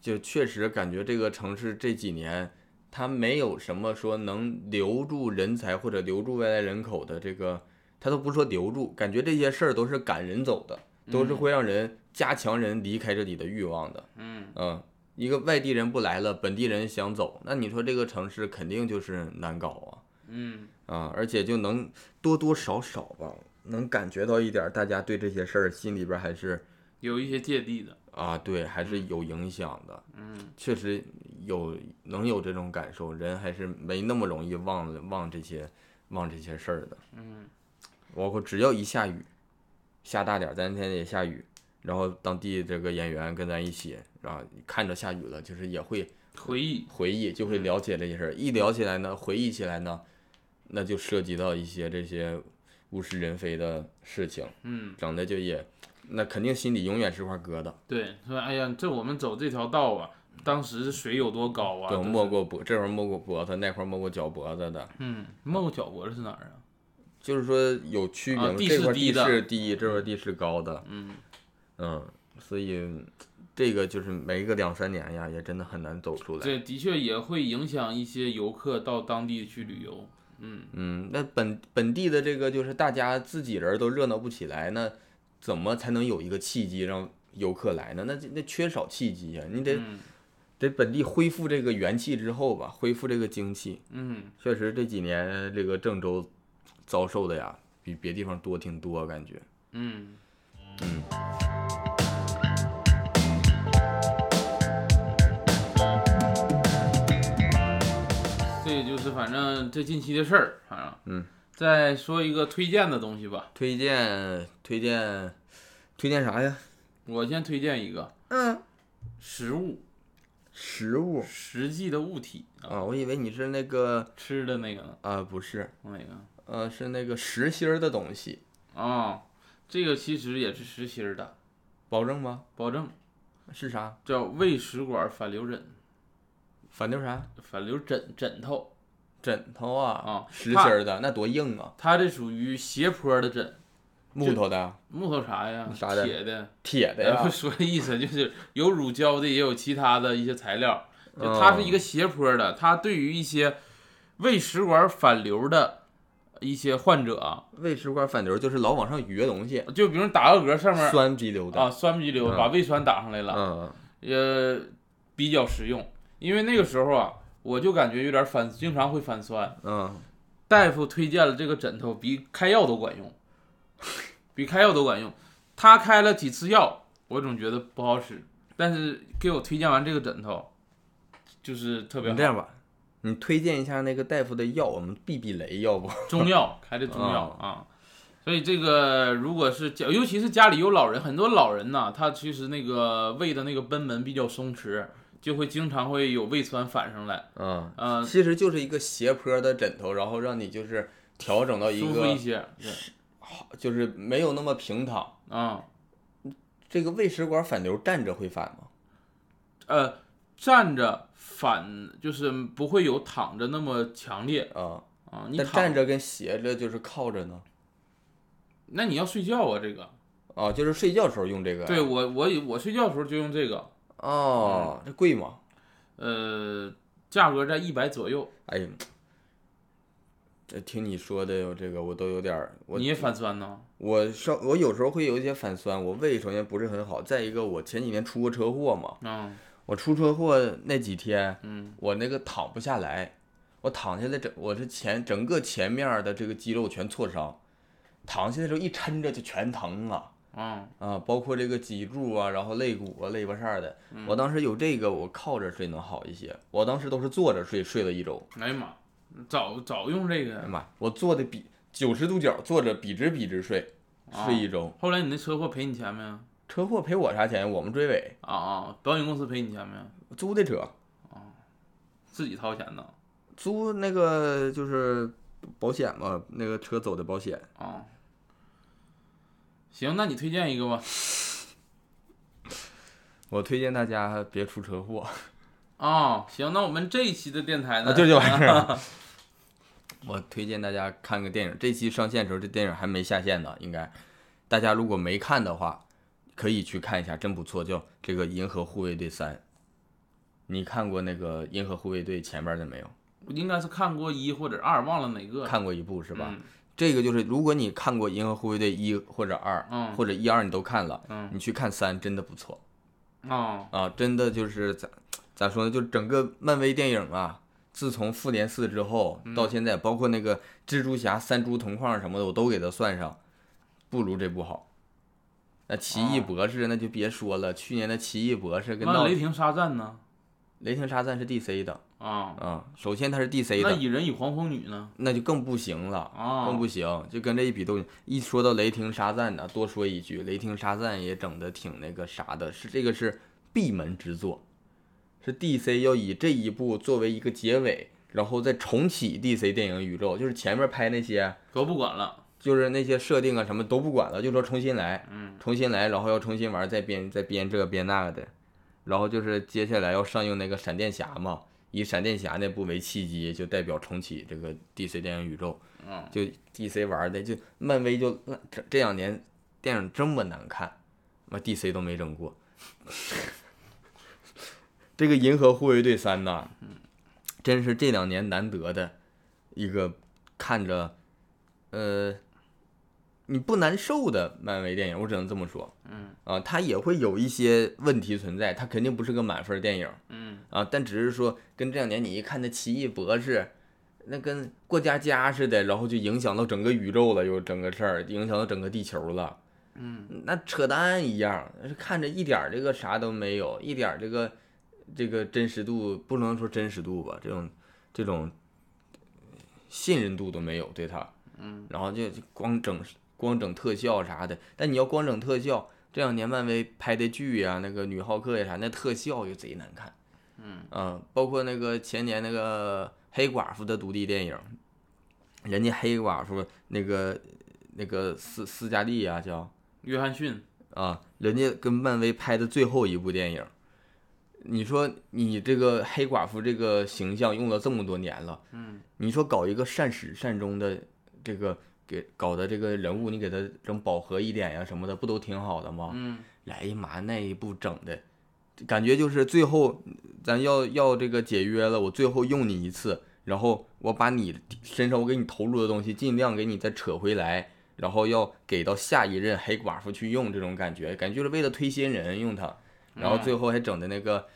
Speaker 2: 就确实感觉这个城市这几年。它没有什么说能留住人才或者留住外来人口的这个，他都不说留住，感觉这些事儿都是赶人走的。都是会让人加强人离开这里的欲望的。
Speaker 1: 嗯
Speaker 2: 嗯，一个外地人不来了，本地人想走，那你说这个城市肯定就是难搞
Speaker 1: 嗯
Speaker 2: 啊啊！而且就能多多少少吧，能感觉到一点儿大家对这些事儿心里边儿还是
Speaker 1: 有一些芥蒂的，
Speaker 2: 啊，对，还是有影响的。
Speaker 1: 嗯
Speaker 2: 确实有能有这种感受，人还是没那么容易忘了忘这些忘这些事儿的。
Speaker 1: 嗯
Speaker 2: 包括只要一下雨，下大点儿，咱那天也下雨，然后当地这个演员跟咱一起，然后看着下雨了，就是也会
Speaker 1: 回忆，
Speaker 2: 回忆，就会
Speaker 1: 嗯
Speaker 2: 了解这些事儿。一聊起来呢，回忆起来呢，那就涉及到一些这些物是人非的事情，
Speaker 1: 嗯
Speaker 2: 整的就也那肯定心里永远是块疙瘩。
Speaker 1: 对，说哎呀，这我们走这条道啊，当时水有多高啊？
Speaker 2: 对，
Speaker 1: 都是
Speaker 2: 摸过脖，这会儿摸过脖子，那会儿摸过脚脖子的，
Speaker 1: 嗯，没过脚脖子是哪儿啊？
Speaker 2: 就是说有区别。
Speaker 1: 啊地
Speaker 2: 这
Speaker 1: 势
Speaker 2: 块
Speaker 1: 低
Speaker 2: 地
Speaker 1: 的
Speaker 2: 势低，这块地势高的，
Speaker 1: 嗯，
Speaker 2: 嗯，所以这个就是没个两三年呀，也真的很难走出来。
Speaker 1: 这的确也会影响一些游客到当地去旅游。嗯，
Speaker 2: 嗯，那本本地的这个就是大家自己人儿都热闹不起来，那怎么才能有一个契机让游客来呢？那这那缺少契机呀、你得、
Speaker 1: 嗯
Speaker 2: 得本地恢复这个元气之后吧，恢复这个精气。
Speaker 1: 嗯，
Speaker 2: 确实这几年这个郑州遭受的呀，比别地方多挺多，感觉。
Speaker 1: 嗯，
Speaker 2: 嗯，
Speaker 1: 这也就是反正这近期的事儿，反正
Speaker 2: 嗯，
Speaker 1: 再说一个推荐的东西吧，
Speaker 2: 推荐推荐推荐啥呀？
Speaker 1: 我先推荐一个，
Speaker 2: 嗯，
Speaker 1: 食物，
Speaker 2: 食物
Speaker 1: 实际的物体啊，
Speaker 2: 啊，我以为你是那个
Speaker 1: 吃的那个呢，
Speaker 2: 啊、不是，
Speaker 1: 哪个？
Speaker 2: 呃，是那个实心儿的东西，
Speaker 1: 哦，这个其实也是实心儿的，
Speaker 2: 保证吗？
Speaker 1: 保证
Speaker 2: 是啥？
Speaker 1: 叫胃食管反流枕，
Speaker 2: 反正啥？
Speaker 1: 反流枕枕头，
Speaker 2: 枕头啊
Speaker 1: 啊
Speaker 2: 实心儿的，那多硬啊！
Speaker 1: 它这属于斜坡的枕，
Speaker 2: 木头的、
Speaker 1: 木头啥呀，
Speaker 2: 啥的啊
Speaker 1: 铁的，
Speaker 2: 铁的
Speaker 1: 哎
Speaker 2: 呀
Speaker 1: 不， 说的意思就是有乳胶的，也有其他的一些材料。就
Speaker 2: 哦
Speaker 1: 它是一个斜坡的，它对于一些胃食管反流的一些患者啊，
Speaker 2: 胃食管反流，就是老往上撅东西，
Speaker 1: 就比如打个嗝上面
Speaker 2: 酸逼溜
Speaker 1: 啊
Speaker 2: 的。
Speaker 1: 酸不肌瘤，
Speaker 2: 嗯
Speaker 1: 把胃酸打上来了，
Speaker 2: 嗯，
Speaker 1: 也比较实用。因为那个时候啊，我就感觉有点反，经常会反酸。
Speaker 2: 嗯，
Speaker 1: 大夫推荐了这个枕头，比开药都管用， 比开药都管用。他开了几次药，我总觉得不好使，但是给我推荐完这个枕头，就是特别
Speaker 2: 你这
Speaker 1: 好。
Speaker 2: 样吧，你推荐一下那个大夫的药，我们避避雷，要不？
Speaker 1: 中 药开的中药啊，所以这个如果是家，尤其是家里有老人，很多老人呐、他其实那个胃的那个贲门比较松弛，就会经常会有胃酸反上来，
Speaker 2: 嗯，
Speaker 1: 呃，
Speaker 2: 其实就是一个斜坡的枕头，然后让你就是调整到一
Speaker 1: 舒服一
Speaker 2: 个
Speaker 1: 些，对，
Speaker 2: 就是没有那么平躺。
Speaker 1: 啊、
Speaker 2: 这个胃食管反流站着会反吗？
Speaker 1: 呃，站着反就是不会有躺着那么强烈
Speaker 2: 啊，
Speaker 1: 啊、你
Speaker 2: 那
Speaker 1: 躺
Speaker 2: 站着跟斜着就是靠着呢。
Speaker 1: 那你要睡觉啊，这个，
Speaker 2: 啊，就是睡觉时候用这个。啊
Speaker 1: 对我我以我睡觉的时候就用这个，
Speaker 2: 哦，这贵吗？
Speaker 1: 呃，价格在一百左右，
Speaker 2: 哎呀，这听你说的这个，我都有点儿，我
Speaker 1: 你也反酸呢？
Speaker 2: 我稍我有时候会有一些反酸，我胃首先不是很好，再一个我前几年出过车祸嘛，
Speaker 1: 嗯
Speaker 2: 我出车祸那几天，
Speaker 1: 嗯
Speaker 2: 我那个躺不下来，我躺下来整我是前整个前面儿的这个肌肉全挫伤，躺下的时候一抻着就全疼啊。
Speaker 1: 嗯
Speaker 2: 啊，包括这个脊柱啊，然后肋骨啊、肋巴扇的，
Speaker 1: 嗯
Speaker 2: 我当时有这个，我靠着睡能好一些。我当时都是坐着睡，睡了一周。
Speaker 1: 哎呀妈，早早用这
Speaker 2: 哎
Speaker 1: 个
Speaker 2: 呀。妈，我坐的比九十度角坐着笔直笔直睡，
Speaker 1: 啊
Speaker 2: 睡一周。
Speaker 1: 后来你那车祸赔你钱没？啊
Speaker 2: 车祸赔我啥钱？我们追尾，
Speaker 1: 啊，保险公司赔你钱没？啊
Speaker 2: 租的车，
Speaker 1: 自己掏钱的
Speaker 2: 租那个就是保险嘛，那个车走的保险。
Speaker 1: 啊。行，那你推荐一个吧。
Speaker 2: 我推荐大家别出车祸，
Speaker 1: 啊，行，那我们这一期的电台呢，
Speaker 2: 啊， 就这玩意儿。我推荐大家看个电影，这期上线的时候，这电影还没下线呢，应该大家如果没看的话，可以去看一下，真不错，叫这个《银河护卫队三》。你看过那个《银河护卫队》前边的没有？
Speaker 1: 我应该是看过一或者二，忘了哪个了
Speaker 2: 看过一部是吧？
Speaker 1: 嗯
Speaker 2: 这个就是，如果你看过《银河护卫队》一或者二、
Speaker 1: 嗯
Speaker 2: 或者一二你都看了，
Speaker 1: 嗯
Speaker 2: 你去看三真的不错
Speaker 1: 啊，
Speaker 2: 啊，真的就是咋咋说呢？就整个漫威电影啊，自从复联四之后
Speaker 1: 嗯
Speaker 2: 到现在，包括那个蜘蛛侠、三株铜矿什么的，我都给它算上，不如这部好。那奇异
Speaker 1: 哦
Speaker 2: 博士那就别说了，去年的奇异博士跟
Speaker 1: 那
Speaker 2: 闹
Speaker 1: 雷霆沙赞呢？
Speaker 2: 雷霆沙赞是 DC 的
Speaker 1: 啊，
Speaker 2: 啊，首先它是 DC
Speaker 1: 那
Speaker 2: 的，
Speaker 1: 蚁人与黄蜂女呢？
Speaker 2: 那就更不行了。
Speaker 1: 啊，
Speaker 2: 嗯更不行，就跟这一比都一说到雷霆沙赞呢，多说一句，雷霆沙赞也整的挺那个啥的，是这个是闭门之作，是 DC 要以这一部作为一个结尾，然后再重启 DC 电影宇宙，就是前面拍那些
Speaker 1: 都不管了。
Speaker 2: 就是那些设定啊什么都不管了，就说重新来，
Speaker 1: 嗯，
Speaker 2: 重新来，然后要重新玩，再编再编这个编那个的，然后就是接下来要上映那个闪电侠嘛，以闪电侠那部为契机，就代表重启这个 DC 电影宇宙，
Speaker 1: 嗯，
Speaker 2: 就 DC 玩的就漫威就这这两年电影这么难看，妈 DC 都没整过， 这个银河护卫队三呐，真是这两年难得的一个看着，呃。你不难受的漫威电影，我只能这么说。啊，它也会有一些问题存在，它肯定不是个满分电影，
Speaker 1: 嗯，
Speaker 2: 啊，但只是说跟这两年你一看那《奇异博士》，那跟过家家似的，然后就影响到整个宇宙了，有整个事儿，影响到整个地球了，嗯，那扯淡一样，看着一点儿这个啥都没有，一点儿这个这个真实度不能说真实度吧，这种这种信任度都没有对它，嗯，然后就就光整光整特效啥的，但你要光整特效。这两年漫威拍的剧呀、那个女浩克呀啥，那特效就贼难看。嗯包括那个前年那个黑寡妇的独立电影，人家黑寡妇那个那个斯斯嘉丽呀、叫
Speaker 1: 约翰逊，
Speaker 2: 啊，人家跟漫威拍的最后一部电影，你说你这个黑寡妇这个形象用了这么多年了，
Speaker 1: 嗯，
Speaker 2: 你说搞一个善始善终的这个给搞的这个人物，你给他整饱和一点呀什么的，不都挺好的吗？
Speaker 1: 嗯，
Speaker 2: 来一麻那一步整的，感觉就是最后咱要要这个解约了，我最后用你一次，然后我把你身上我给你投入的东西尽量给你再扯回来，然后要给到下一任黑寡妇去用，这种感觉，感觉就是为了推新人用它，然后最后还整的那个、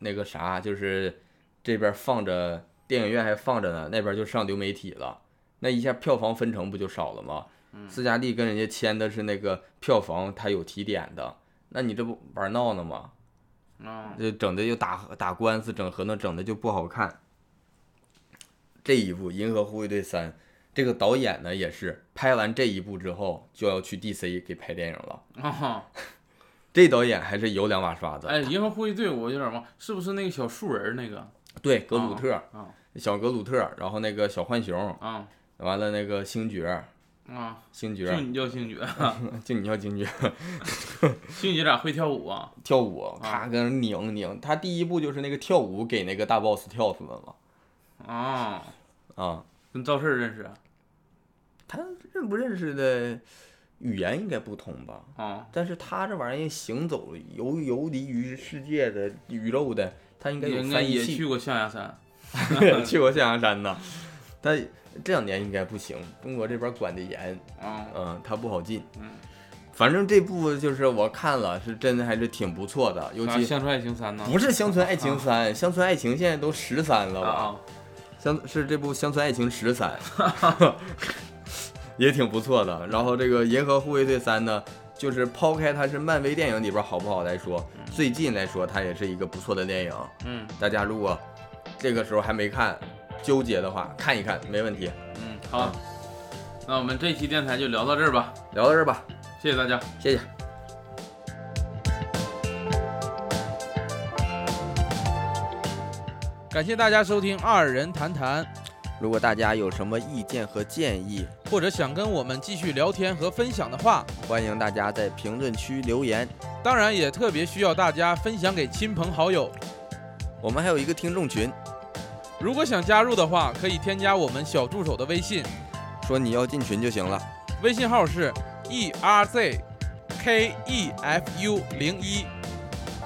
Speaker 2: 那个啥，就是这边放着电影院还放着呢，那边就上流媒体了，那一下票房分成不就少了吗？斯嘉丽跟人家签的是那个票房，他有提点的，那你这不玩闹呢吗？
Speaker 1: 啊，
Speaker 2: 这整的又打打官司，整合同整的就不好看。这一部《银河护卫队三》，这个导演呢也是拍完这一部之后就要去 DC 给拍电影了。
Speaker 1: 啊，
Speaker 2: 这导演还是有两把刷子，
Speaker 1: 哎，银河护卫队我有点忘，是不是那个小树人儿那个？
Speaker 2: 对格鲁特，
Speaker 1: 啊
Speaker 2: 小格鲁特，然后那个小浣熊，
Speaker 1: 啊
Speaker 2: 完了那个星爵，
Speaker 1: 啊！
Speaker 2: 星
Speaker 1: 就
Speaker 2: 爵，
Speaker 1: 你叫星 爵，
Speaker 2: 就你叫星爵，
Speaker 1: 星爵咋会跳舞啊？
Speaker 2: 跳舞，咔跟人拧拧。他第一步就是那个跳舞给那个大 boss 跳死了嘛，
Speaker 1: 啊，
Speaker 2: 啊，
Speaker 1: 跟赵四儿认识啊？
Speaker 2: 他认不认识的语言应该不同吧？
Speaker 1: 啊，
Speaker 2: 但是他这玩意儿行走游游离于世界的宇宙的，他应该有
Speaker 1: 应该
Speaker 2: 翻译
Speaker 1: 也
Speaker 2: 器
Speaker 1: 去。过象牙山。
Speaker 2: 去过象牙山呢，但这两年应该不行，中国这边管的严，
Speaker 1: 啊，
Speaker 2: 嗯，他不好进。
Speaker 1: 嗯，
Speaker 2: 反正这部就是我看了，是真的还是挺不错的，尤
Speaker 1: 啊
Speaker 2: 其
Speaker 1: 乡村爱情三》呢？哦
Speaker 2: 不是《乡村爱情三》，《乡村爱情》现在都十三了
Speaker 1: 啊
Speaker 2: 吧？
Speaker 1: 啊，
Speaker 2: 乡是这部《乡村爱情十 三》，也挺不错的。然后这个《银河护卫队三》呢，就是抛开它是漫威电影里边好不好来说，最近来说它也是一个不错的电影。
Speaker 1: 嗯
Speaker 2: 大家如果这个时候还没看，纠结的话看一看没问题。
Speaker 1: 嗯，好，那我们这期电台就聊到这儿吧，
Speaker 2: 聊到这儿吧，
Speaker 1: 谢谢大家。
Speaker 2: 谢谢。
Speaker 4: 感谢大家收听《二人谈谈》，
Speaker 2: 如果大家有什么意见和建议，
Speaker 4: 或者想跟我们继续聊天和分享的话，
Speaker 2: 欢迎大家在评论区留言。
Speaker 4: 当然也特别需要大家分享给亲朋好友。
Speaker 2: 我们还有一个听众群，
Speaker 4: 如果想加入的话，可以添加我们小助手的微信，
Speaker 2: 说你要进群就行了。
Speaker 4: 微信号是 e r z k e f u 零一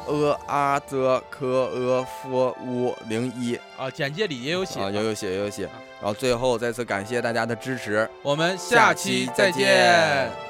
Speaker 2: 呃啊则科呃夫乌零一。
Speaker 4: 啊，简介里也有写。
Speaker 2: 啊，有有写有有写，然后最后再次感谢大家的支持，
Speaker 4: 我们下期再见。